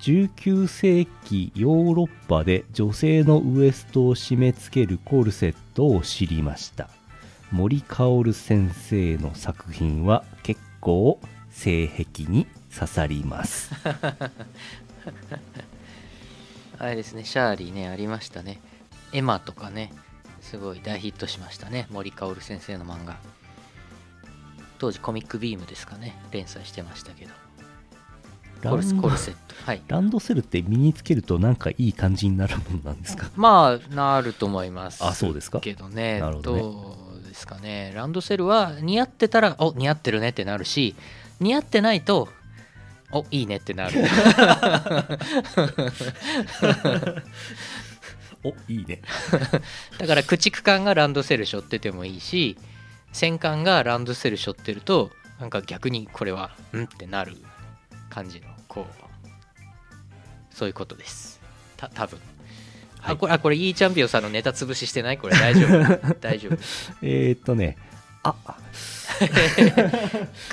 19世紀ヨーロッパで女性のウエストを締め付けるコルセットを知りました森かおる先生の作品は結構性癖に刺さりますあれですねシャーリーねありましたねエマとかねすごい大ヒットしましたね森かおる先生の漫画当時コミックビームですかね連載してましたけどコルスコルセットはいランドセルって身につけるとなんかいい感じになるもんなん ですかまあなると思いますあそうですかけどねなるどほどねうですかねランドセルは似合ってたらお似合ってるねってなるし似合ってないとおいいねってなるおいいねだから駆逐艦がランドセル背負っててもいいし戦艦がランドセル背負ってるとなんか逆にこれはうんってなる感じのこうそういうことですた多分はあいこれあこれいいチャンピオンさんのネタ潰ししてないこれ大丈 夫大丈夫えー、っとねあ駆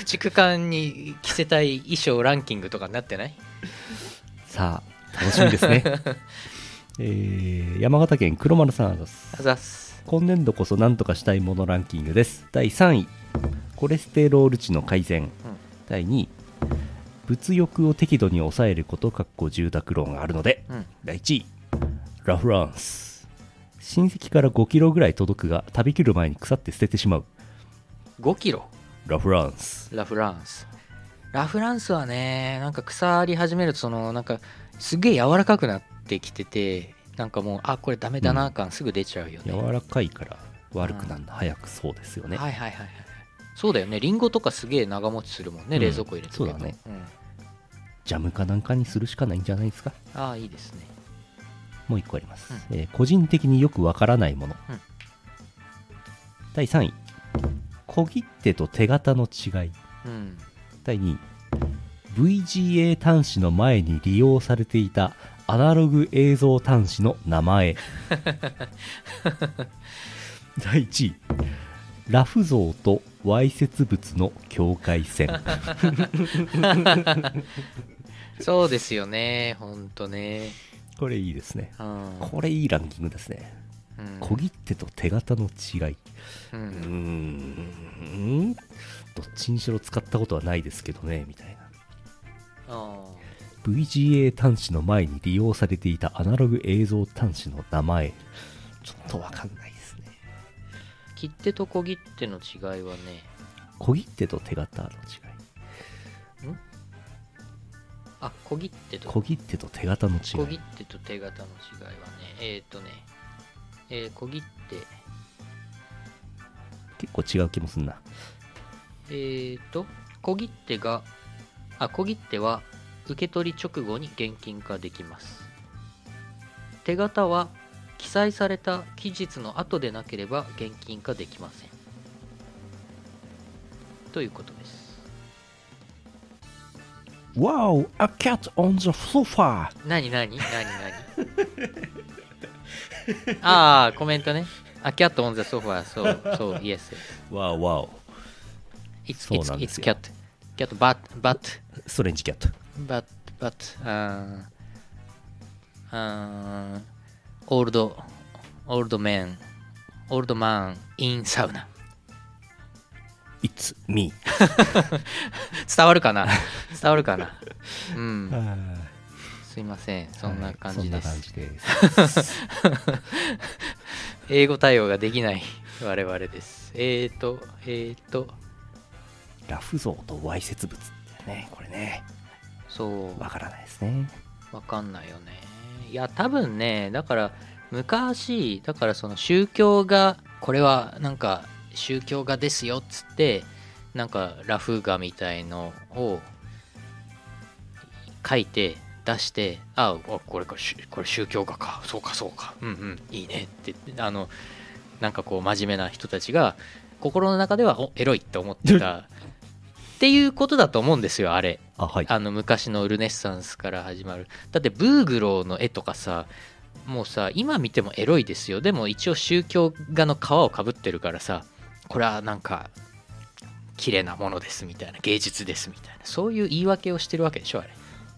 逐艦に着せたい衣装ランキングとかになってないさあ楽しみですねえー山形県黒丸さんですあざっす今年度こそ何とかしたいものランキングです第3位コレステロール値の改善、第2位物欲を適度に抑えることかっこ住宅ローンがあるので、うん第1位ラ・フランス親戚から5キロぐらい届くが食べきる前に腐って捨ててしまう5キロラ・フランスラ・フランスラ・フランスはねなんか腐り始めるとそのなんかすげえ柔らかくなってきててなんかもうあこれダメだな感すぐ出ちゃうよね、柔らかいから悪くなるの早くそうですよね、はいはいはいはいそうだよねリンゴとかすげえ長持ちするもんね、うん冷蔵庫入れてるけどそうだねんジャムかなんかにするしかないんじゃないですかああいいですねもう1個あります、えー個人的によくわからないもの、うん第3位小切手と手形の違いうん第2位 VGA 端子の前に利用されていたアナログ映像端子の 名前第1位ラフ像とわいせつ物の境界線そうですよねほんとねこれいいですねうんこれいいランキングですねうん小切手と手形の違いううーんんどっちにしろ使ったことはないですけどねみたいなあ VGA 端子の前に利用されていたアナログ映像端子の名前ちょっとわかんないですねー切手と小切手の違いはね小切手と手形の違いあ小切手と小切手と手形の小違切い手と手形の違いはね、えーっ、とね、えー小切手、結構違う気もすんなえーっ、と、小切手が、あ、小切手は受け取り直後に現金化できます。手形は記載された期日の後でなければ現金化できません。ということです。 Wow a cat on the sofa なになになになに ああ、コメントね。あ、キャットオンザソファー、そう、そう、イエス。 Wow wow It's, そう it's, なんです it's よ cat. Cat, bat, bat, ストレンジキャット bat, bat, uh, uh, old, old man, old man in sauna. It's me 伝わる かな伝わるかなうん。あすいません。ーそんな感はいじです。そんな感じです英語対応ができない我々です。えーと、えーと、ラフ像とわいせつ物ってねこれねそう、わからないですねわかんないよね。いや、多分ね、だから、昔、だからその宗教が、これはなんか、宗教画ですよっつって、なんか、ラフ画みたいのを書いて、出して、あ、あこれか、しこれ宗教画か、そうか、そうか、うんうん、いいねって言って、あの、なんかこう、真面目な人たちが、心の中では、おエロいって思ってた。っていうことだと思うんですよ、あれ。あはいあの昔のルネッサンスから始まるだってブーグローの絵とかさもうさ今見てもエロいですよでも一応宗教画の皮をかぶってるからさこれはなんか綺麗なものですみたいな芸術ですみたいなそういう言い訳をしてるわけでしょあ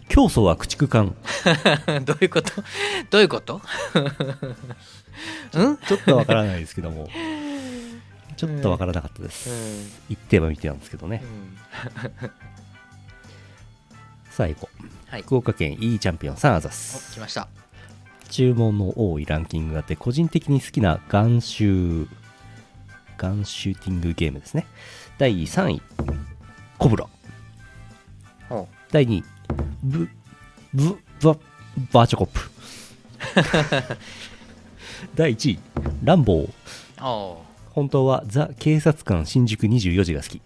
教祖は駆逐艦れ どういうことどういうこと うんちょっとわからないですけ どもちょっとわからなかったです、うん言っては見てなんですけどね、うん最後はい福岡県 E チャンピオンさんあざおす来ました注文の多いランキングがあって個人的に好きなガンシューガンシューティングゲームですね第3位コブラお第2位ブブババーチャコップ 第1位ランボーお本当はザ・警察官新宿24時が好き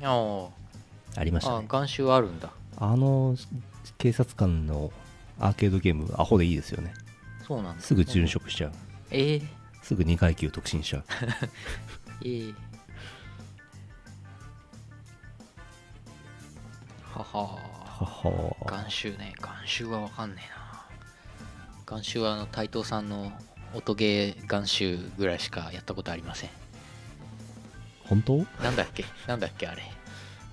ーおありまーしたあね眼臭あるんだあの警察官のアーケードゲームアホでいいですよねそうなんだすぐ殉職しちゃうえーすぐ2階級特進しちゃういいはははは眼臭ね眼臭はわかんねえな眼臭はあの斎藤さんの音ゲー眼臭ぐらいしかやったことありません本当なんだっけなんだっけあれ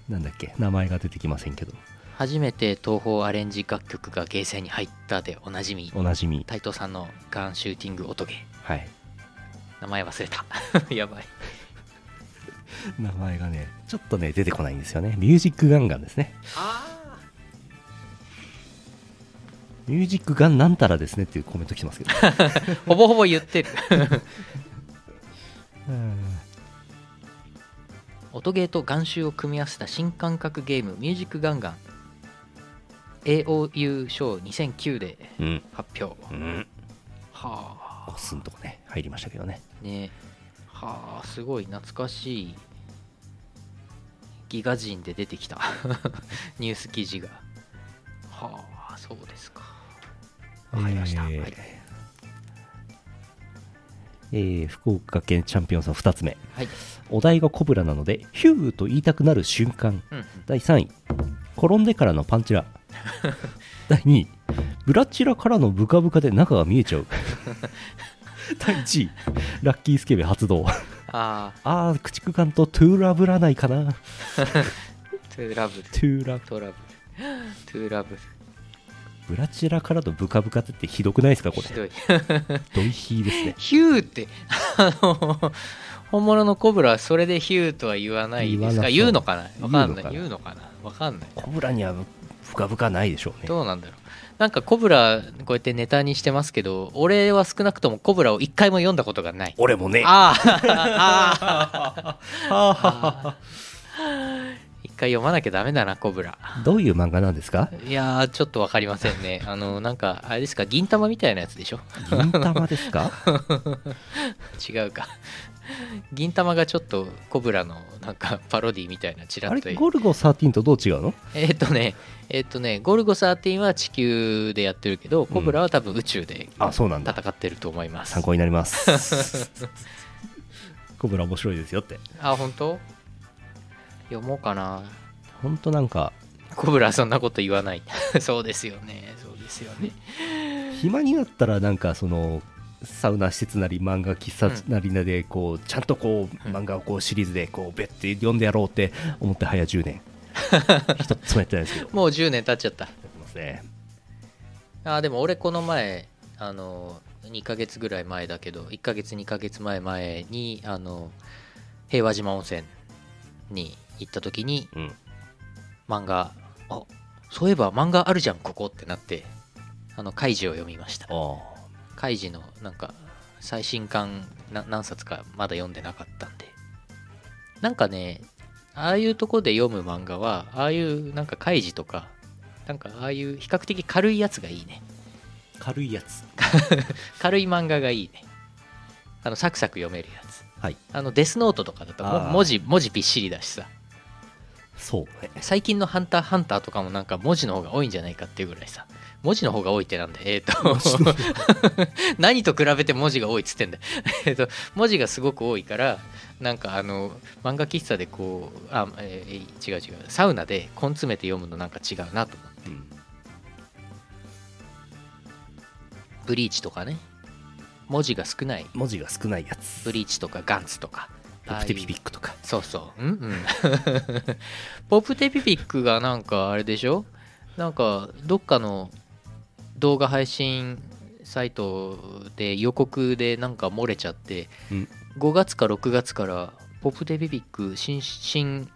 なんだっけ名前が出てきませんけど初めて東宝アレンジ楽曲がゲーセンに入ったでおなじみおなじみ斎藤さんのガンシューティング音ゲーはい名前忘れた やばい名前がねちょっとね出てこないんですよねミュージックガンガンですねあミュージックガンなんたらですねっていうコメント来てますけど あほぼほぼ言ってるうん音ゲーと眼臭を組み合わせた新感覚ゲーム「ミュージックガンガン」AOU 賞2009でうん発表、うんはあコスンとこね入りましたけどねねはあすごい懐かしいギガ人で出てきた ニュース記事がはあそうですかわかりました、えーはい、えー福岡県チャンピオンさん2つ目はいお題がコブラなのでヒューと言いたくなる瞬間うんうん第3位転んでからのパン チラ第2位ブラチラからのブカブカで中が見えち ゃう第1位ラッキースケベ発動ああー駆逐艦とトゥーラブらないかなあトゥーラブルトゥーラトラブルトゥーラブルブラチラからのブカブカってひどくないですかこひれどいドイヒーですねヒューって、あの、本物のコブラはそれでヒューとは言わないですか言言わうのなそかうなわかんない。言言うのかなわかんない。コブラにはブカブカないでしょうねどうなんだろう。なんかコブラ、こうやってネタにしてますけど、俺は少なくともコブラを一回も読んだことがない。俺もねあああああ 一回読まなきゃダメだな、コブラ。ーどういう漫画なんですかいやー、ちょっとわかりませんね。あの、なんか、あれですか、銀玉みたいなやつでしょ銀玉で すか違うか。銀玉がちょっとコブラのなんかパロディみたいなちらあっれとゴルゴ13とどう違うのえーっとね、えーっとね、ゴルゴ13は地球でやってるけど、コブラは多分宇宙であそうなんだ戦ってると思います。参考になります コブラ面白いですよってあ、本当読もうかな。ほんとなんかコブラはそんなこと言わない。 そうですよね、そうですよね。暇になったらなんかそのサウナ施設なり漫画喫茶なりなでこうちゃんとこううん漫画をこうシリーズでこうベッて読んでやろうって思って早10年 一つもやってないですけどやもう10年経っちゃった。ってますねあー、でも俺この前、あの、2ヶ月ぐらい前だけど、1ヶ月2ヶ月前前に、あの、平和島温泉に行った時に、うん漫画あそういえば漫画あるじゃんここってなってあのカイジを読みましたあカイジのなんか最新刊な何冊かまだ読んでなかったんでなんかねああいうとこで読む漫画はああいうなんか開示とかなんかああいう比較的軽いやつがいいね軽いやつ軽い漫画がいいねあのサクサク読めるやつはいあのデスノートとかだともあー文字文字びっしりだしさそうね最近の「ハンターハンター」とかもなんか文字の方が多いんじゃないかっていうぐらいさ文字の方が多いってなんだえっ、字のと 何と比べて文字が多いっつってんだ えっと文字がすごく多いからなんかあの漫画喫茶でこうあ、えー違う違うサウナで根詰めて読むのなんか違うなと思ううんブリーチとかね文字が少ない文字が少ないやつブリーチとかガンツとかポああプいテうピピックとかそうそう。うんうん。 ポップテピピックがなんかあれでしょなんかどっかの動画配信サイトで予告でなんか漏れちゃって、うん5月か6月からポップテピピック新新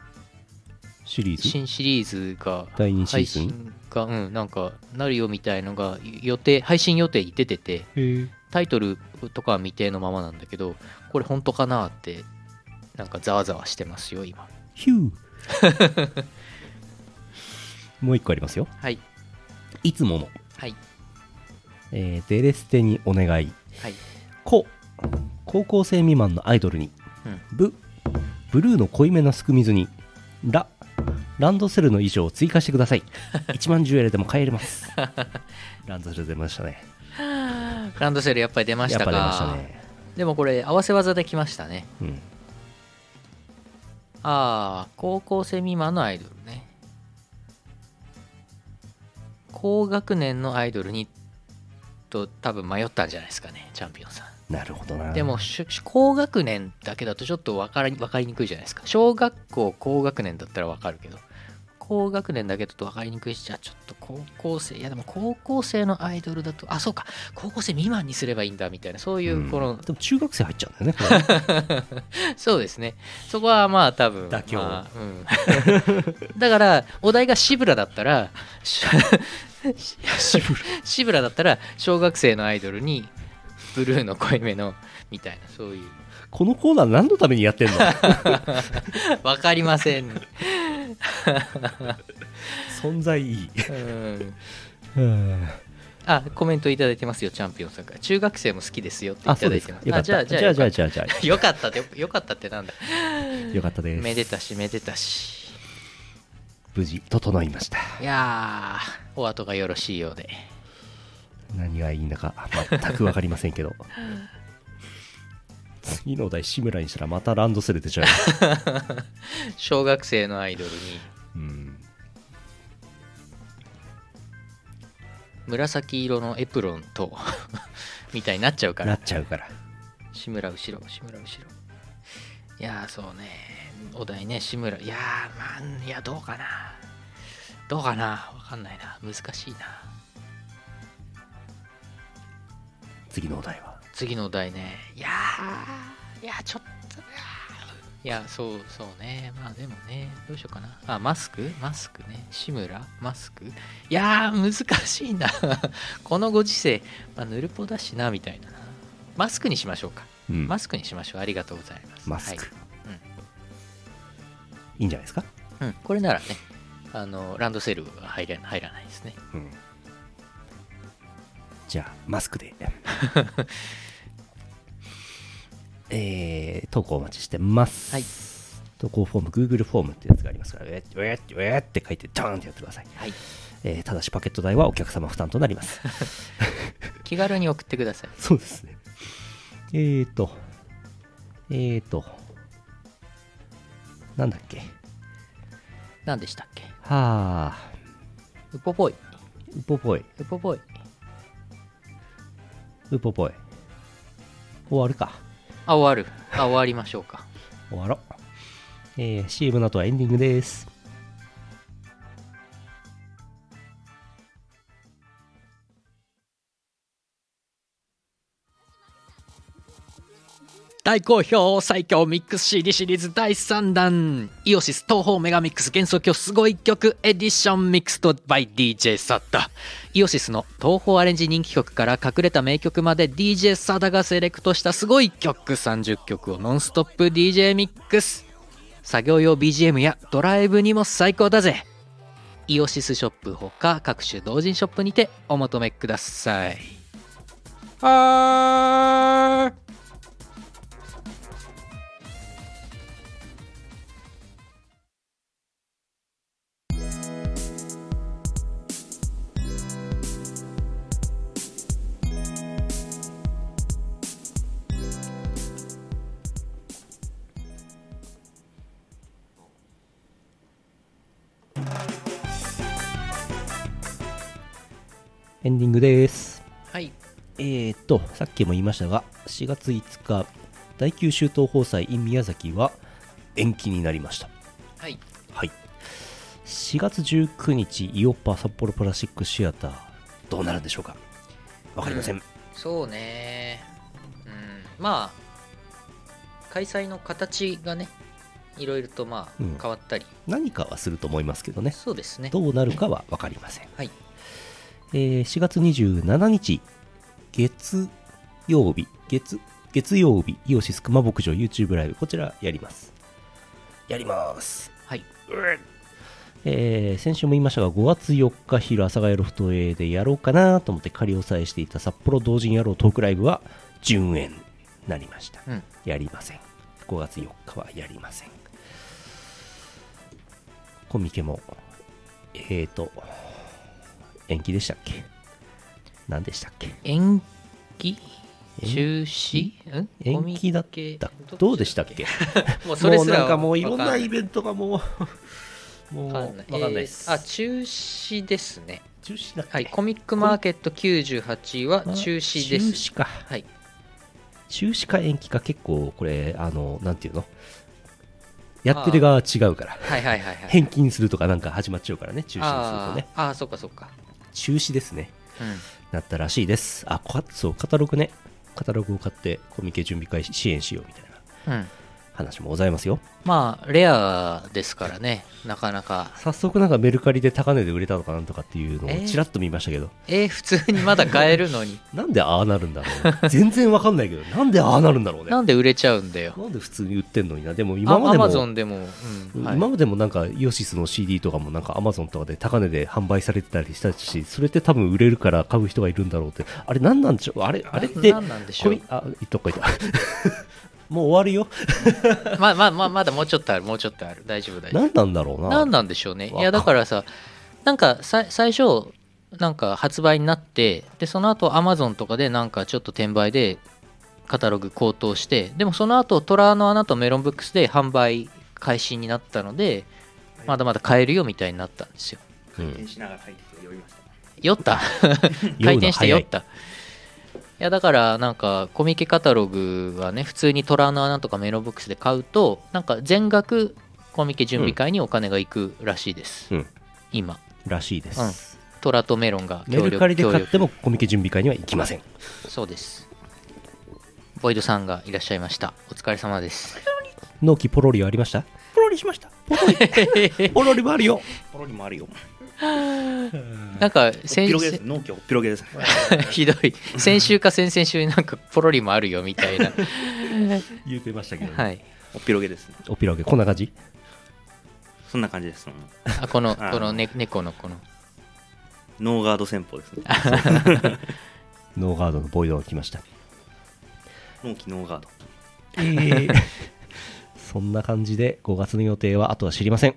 シリーズ新シリーズが第二シ配ーズン信がうんなんかなるよみたいのが予定配信予定出ててへえタイトルとかは未定のままなんだけどこれ本当かなってなんかざわざわしてますよ今ヒュー もう一個ありますよはいいつもの、はいえーデレステにお願いはい子高校生未満のアイドルに、うブブルーの濃いめなすく水にラランドセルの衣装を追加してくだ さい1万ジュエルでも買えれますランドセル出ましたね ランドセルやっぱり出ましやったぱか出ましたねでもこれ合わせ技できましたねうんああ高校生未満のアイドルね高学年のアイドルにと多分迷ったんじゃないですかねチャンピオンさんなるほどなでもしゅ高学年だけだとちょっと分から分かりにくいじゃないですか小学校高学年だったら分かるけど高学年だけだと分かりにくいしじゃあちょっと高校生いやでも高校生のアイドルだとあそうか高校生未満にすればいいんだみたいなそういうんうこの、でも中学生入っちゃうんだよねこれ そうですね。そこはまあ多分妥協まあうん だからお題がシブラだった らしシブルシブラだったら小学生のアイドルにブルーの濃いめのみたいなそういうこのコーナー何のためにやってん のわかりません。存在いいうんうんあコメントいただいてますよチャンピオンさんから中学生も好きですよっていあたそうだでいすてかます。よかったじゃあじじゃあゃあじゃあよかじゃあじゃったよかったってよかったってなんだ。あよかったですめでたしめでたし。無事整いましたいやーお後がよろしいようで。何がいいんだか全く分かりませんけど次のお題志村にしたらまたランドセル出ちゃう、小学生のアイドルに。うん、紫色のエプロンと みたいになっちゃうかならっちゃうから志村後ろ志村後ろいやーそうねお題ね志村いやーまあいやどうかなどうかなわかんないな難しいな次のお題は次のお題ねいやーいやちょっといやそうそうねまあでもねどうしようかなあマスクマスクね志村マスクいやー難しいな このご時世、まあ、ぬるぽだしなみたいなマスクにしましょうかうんマスクにしましょう。ありがとうございます。マスク、うんいいんじゃないですか、はいうん、これならね、あのランドセルは入ら入らないですね。うん、じゃあマスクでえー、投稿お待ちしてます、はい投稿フォーム Google フォームってやつがありますからウェッウェッウェッって書いてドーンってやってください、はい、えーただしパケット代はお客様負担となります気軽に送ってください。 そうですね。えーと、えーと、なんだっけ。何でしたっけはあ、ウポポイ。うぽぽい、ウポポイ。うぽぽい。終わるか。あ、終わる。あ、終わりましょうか。終わろう。えー、CM の後はエンディングです。大好評最強ミックス CD シリーズ第3弾イオシス東方メガミックス幻想郷すごい曲エディションミックスと by DJ サダイオシスの東方アレンジ人気曲から隠れた名曲まで DJ サダがセレクトしたすごい曲30曲をノンストップ DJ ミックス作業用 BGM やドライブにも最高だぜイオシスショップほか各種同人ショップにてお求めくださいはーエンディングです。はいえーと、さっきも言いましたが、4月5日、第9州東放祭 in 宮崎は延期になりました。はいはい。4月19日、イオッパ札幌プラスチックシアター、どうなるんでしょうかわかりません。そうねうんまあ開催の形がねいろいろとまあうん変わったり、何かはすると思いますけどね。そうですねどうなるかはわかりません。はいえー4月27日、月曜日、月、月曜日、イオシスクマ牧場 YouTube ライブ、こちらやります。やります。はいえー先週も言いましたが、5月4日昼、阿佐ヶ谷ロフト A でやろうかなと思って仮押さえしていた札幌同人野郎トークライブは、順延になりました。うんやりません。5月4日はやりません。コミケも、えーと、延期でしたっけ何でしたっけ延期延中止うんコ延ミ期だっケたどうでしたっけもうそれすらもうなんかもういろんわなかんイベントがもう、もう、わかわかんんなないいです。えーあ中止ですね中止だっけはいコミックマーケット98は中止です中止か。はい中止か延期か結構これあのなんていうのやってる側は違うからはいはいはいはい返金するとかなんか始まっちゃうからね中止にするとねあーあーそうかそうか中止ですねうんなったらしいですあこそうカタログねカタログを買ってコミケ準備会支援しようみたいなうん、話もございますよまあレアですからねなかなか早速なんかメルカリで高値で売れたのかなんとかっていうのえをーちらっと見ましたけど、えー普通にまだ買えるの になんでああなるんだろう全然わかんないけどなんでああなるんだろうねなんで売れちゃうんだよなんで普通に売ってんのになでも今あまアでマゾもンでも、うんはい今までもなんかイオシスの CD とかもなんかアマゾンとかで高値で販売されてたりしたしそれって多分売れるから買う人がいるんだろうってあれ何なんでしょうあれあれってななんなんでしこょれうあ言っとこいた もう終わるよまあまあまあまだもうちょっとあるもうちょっとある大丈夫大丈何なんだろう夫ななんなんでしょうねわいやだからさなんかさ最初なんか発売になってでその後アマゾンとかでなんかちょっと転売でカタログ高騰してでもその後虎の穴とメロンブックスで販売開始になったのでまだまだ買えるよみたいになったんですようん回転しながら書いてて読みました。酔った回転して酔ったいやだからなんかコミケカタログはね普通に虎の穴とかメロンボックスで買うとなんか全額コミケ準備会にお金が行くらしいです、うん今らしいです、虎とメロンが協メ力ルカリで協買っ力てもコミケ準備会には行きませんそうですボイドさんがいらっしゃいましたお疲れ様です納期ポロリはありましたポロリしましたポロリポロリもあ るよポロリもあるよ。なんかおっ先ぴろげです。納期おっぴろげです。 ひどい先週か先々週になんかポロリもあるよみたいな言うてましたけど、はいおっぴろげです。おピロゲこんな感じそんな感じです。うんあこのこの、ね、猫のこのノーガード戦法ですね。ノーガードのボイドが来ました納期ノーガード。 そんな感じで5月の予定はあとは知りません。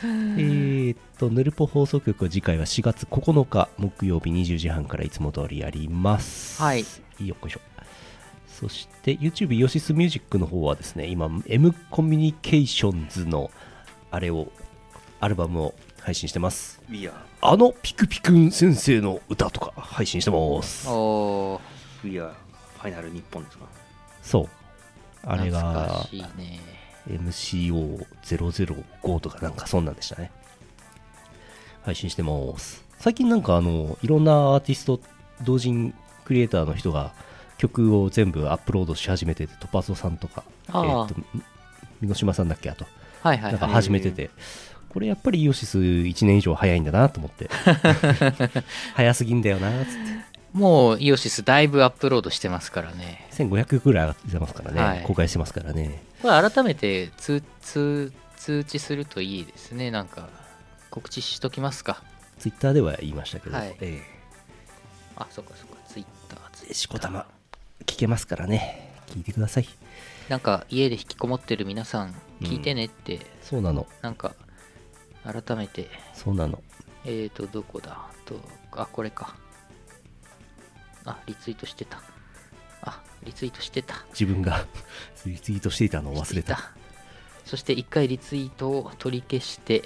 えーっと、ぬるぽ放送局は次回は4月9日木曜日20時半からいつも通りやります。はいよっこいしょ。そして YouTube ヨシスミュージックの方はですね、今 M コミュニケーションズのあれを、アルバムを配信してます。 We are, あのピクピクン先生の歌とか配信してます。おー we are ファイナル日本ですか。そう。あれ懐かがしいね MCO005 とかなんかそんなんでしたね配信してます最近なんかあのいろんなアーティスト同人クリエイターの人が曲を全部アップロードし始めててトパソさんとか、えああーと三島さんだっけあとはいはいなんかはい。始めてて、これやっぱりイオシス1年以上早いんだなと思って 早すぎんだよなっつってもうイオシスだいぶアップロードしてますからね。 1500ぐらい上がってますからね、はい公開してますからねこれ改めて通通通知するといいですね。なんか告知しときますか。ツイッターでは言いましたけど、はいえあ、そっかそっか。ツイッター、ツイッえターしこたま聞けますからね聞いてくださいなんか家で引きこもってる皆さん聞いてねって、そうなのなんか改めて、そうなのえーと、どこだと、あ、これか。あ、リツイートしてた。あ、リツイートしてた。自分が リツイートしていたのを忘れリツイたート。そして一回リツイートを取り消して、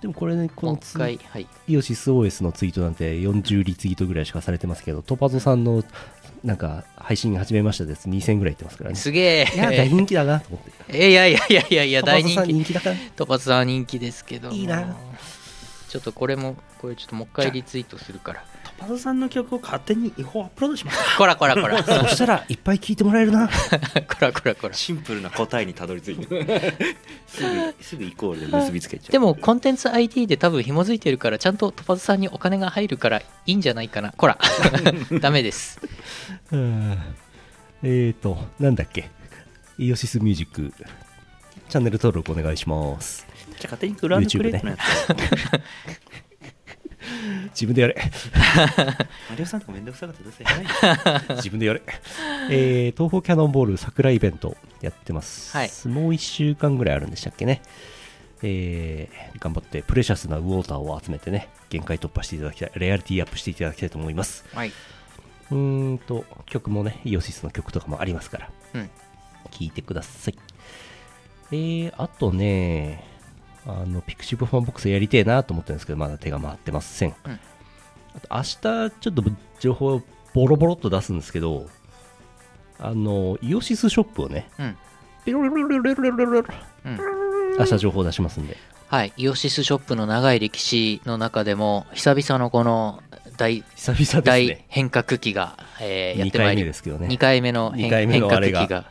でもこれねこもうの一ツイ回、はい。イオシス OS のツイートなんて40リツイートぐらいしかされてますけどトパゾさんのなんか配信始めましたです2000ぐらいいってますからねすげいや大え。人気だなと思ってえ いやいやいやいやいや、トパ大ゾ人さん気。人気だからトパスさん人気ですけども。いいなちょっとこれも、これちょっともう一回リツイートする から。トパゾさんの曲を勝手に違法アップロードしましたこらこらこら。そしたらいっぱい聞いてもらえるな こらこらこら。 シンプルな答えにたどり着いて すぐすぐイコールで結びつけちゃうでもコンテンツ ID で多分紐づいてるからちゃんとトパズさんにお金が入るからいいんじゃないかな こらダメですうんえっとなんだっけイオシスミュージックチャンネル登録お願いしますじゃあ勝手にグランドクレープのやつ、自分でやれマリオさんとかめんどくさかったらどうせやらな い自分でやれ、えー東方キャノンボール桜イベントやってます、はいもう1週間ぐらいあるんでしたっけね、えー頑張ってプレシャスなウォーターを集めてね限界突破していただきたいレアリティアップしていただきたいと思いますはい、うーんと曲もねイオシスの曲とかもありますからうん、聞いてくださいえー、あとねあのピクシブファンボックスやりてえなと思ってるんですけどまだ手が回ってません、うんあと明日ちょっと情報をボロボロっと出すんですけどあのイオシスショップをねうんピロロロロロロロロロうん明日情報出しますんではいイオシスショップの長い歴史の中でも久々のこの大久々です大ね変革期が、えーやっ2てま回い目りですけど2ね回目の二変回目のあれ変革が期が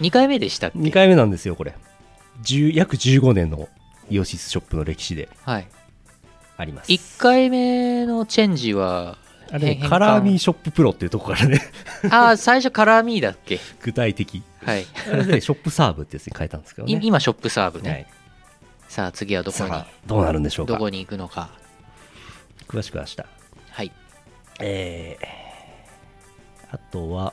2回目でしたっけ2回目なんですよこれ10約15年のイオシスショップの歴史ではい、あります1回目のチェンジ はあれね変換カラーミーショッププロっていうとこからねああ最初カラーミーだっけ具体的はい、あれでショップサーブってやつに変えたんですけどいね今ショップサーブね、はい、さあ次はどこにさあどうなるんでしょうどかこに行くのか詳しくは明日 はいえー、あとは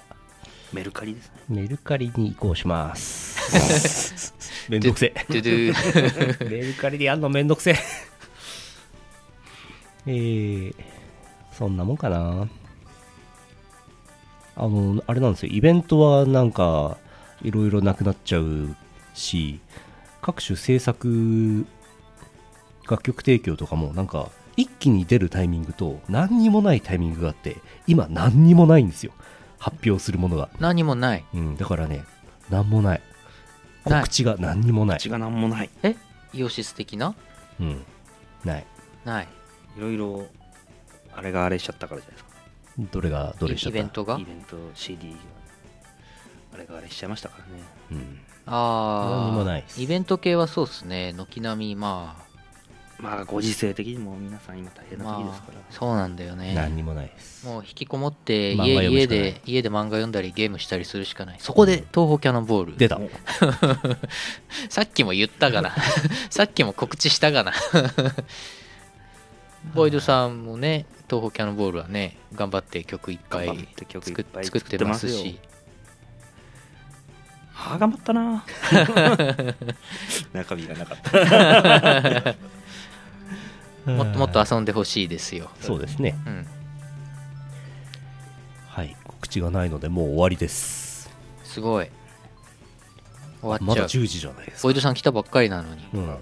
メルカリですねメルカリに移行します めんどくせドゥド ゥえメルカリでやるのめんどくせえ えー、そんなもんかなあのあれなんですよイベントはなんかいろいろなくなっちゃうし各種制作楽曲提供とかもなんか一気に出るタイミングと何にもないタイミングがあって今何にもないんですよ発表するものが、何もないうん、だからね何もないない告知が何にもない口が何もないえイオシス的なうん、ないないいろいろあれがあれしちゃったからじゃないですかどれがどれしちゃイったベントがイベント CD があれがあれしちゃいましたからねうん、ああ何もないイベント系はそうっすね軒並みままあご時世的にも皆さん今大変あな時ですまかあら、そうなんだよね何にもないですもう引きこもって漫画家読む家しかないで家で漫画読んだりゲームしたりするしかないそこでうん東宝キャノンボール出たさっきも言ったが なさっきも告知したがな ボイドさんもね東宝キャノンボールはね頑張って曲いっぱ頑張いって曲い作っぱい作ってます作ってしああ頑張ったな中身がなかったもっともっと遊んでほしいですよ、そうですねうん、はい告知がないのでもう終わりですすごい終わまっちゃだう10時じゃないですボかイドさん来たばっかりなのにうん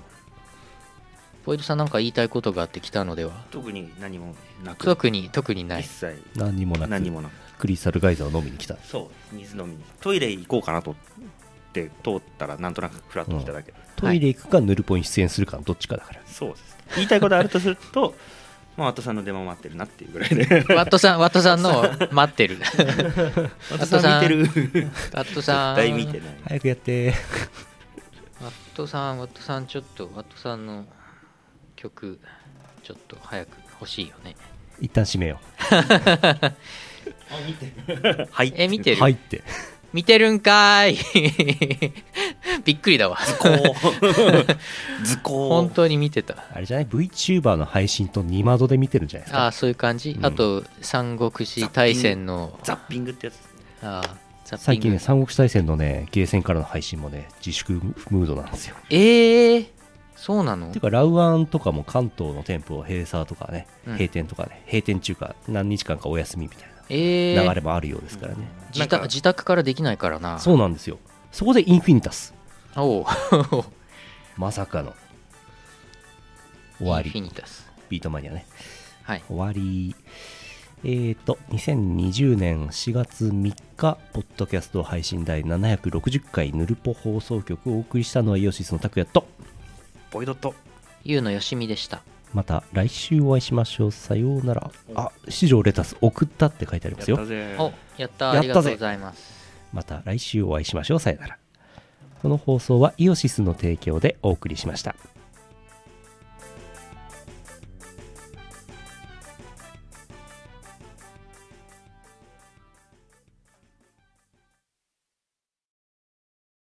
ボイドさんなんか言いたいことがあって来たのでは 特に何もなく特に特に ない一切何にもなく何もなくクリスタルガイザーを飲みに来たそう水飲みにトイレ行こうかなと思って通ったらなんとなくフラッと来ただけ、トイレ行くかヌルポに出演するかのどっちかだからそうです言いたいことあるとすると まあワットさんの出番待ってるなっていうぐらいでワットさん、ワットさんの待 ってる。ワットさん見てるワットさん、絶対見てない早くやってワットさん、ワットさん、ちょっと、ワットさんの曲、ちょっと早く欲しいよね。一旦閉めよはいえ、見てうる、はいって見てるんかい びっくりだわ。こう 図工本当に見てた。あれじゃない VTuber の配信と二窓で見てるんじゃないですあかあ、そういう感じ、うんあと、三国志大戦の、ザッピングってやつですねああザッピング最近ね三国志大戦のねゲーセンからの配信もね自粛ムードなんですよええそうなのていうかラウアンとかも関東の店舗を閉鎖とかね、うん閉店とかね閉店中か何日間かお休みみたいええな流れもあるようですからね、自なん宅か自宅からできないからな。そうなんですよそこでインフィニタスおうまさかの終わインりフィニタス。ビートマニアねはい。終わりえーと2020年4月3日ポッドキャスト配信第760回ぬるぽ放送局をお送りしたのはイオシスの拓也とボイドットゆうのよしみでした。また来週お会いしましょうさようならあ四条レタス送ったって書いてありますやっよたぜお、やった。やったぜありがとうございます。また来週お会いしましょうさよならこの放送はイオシスの提供でお送りしました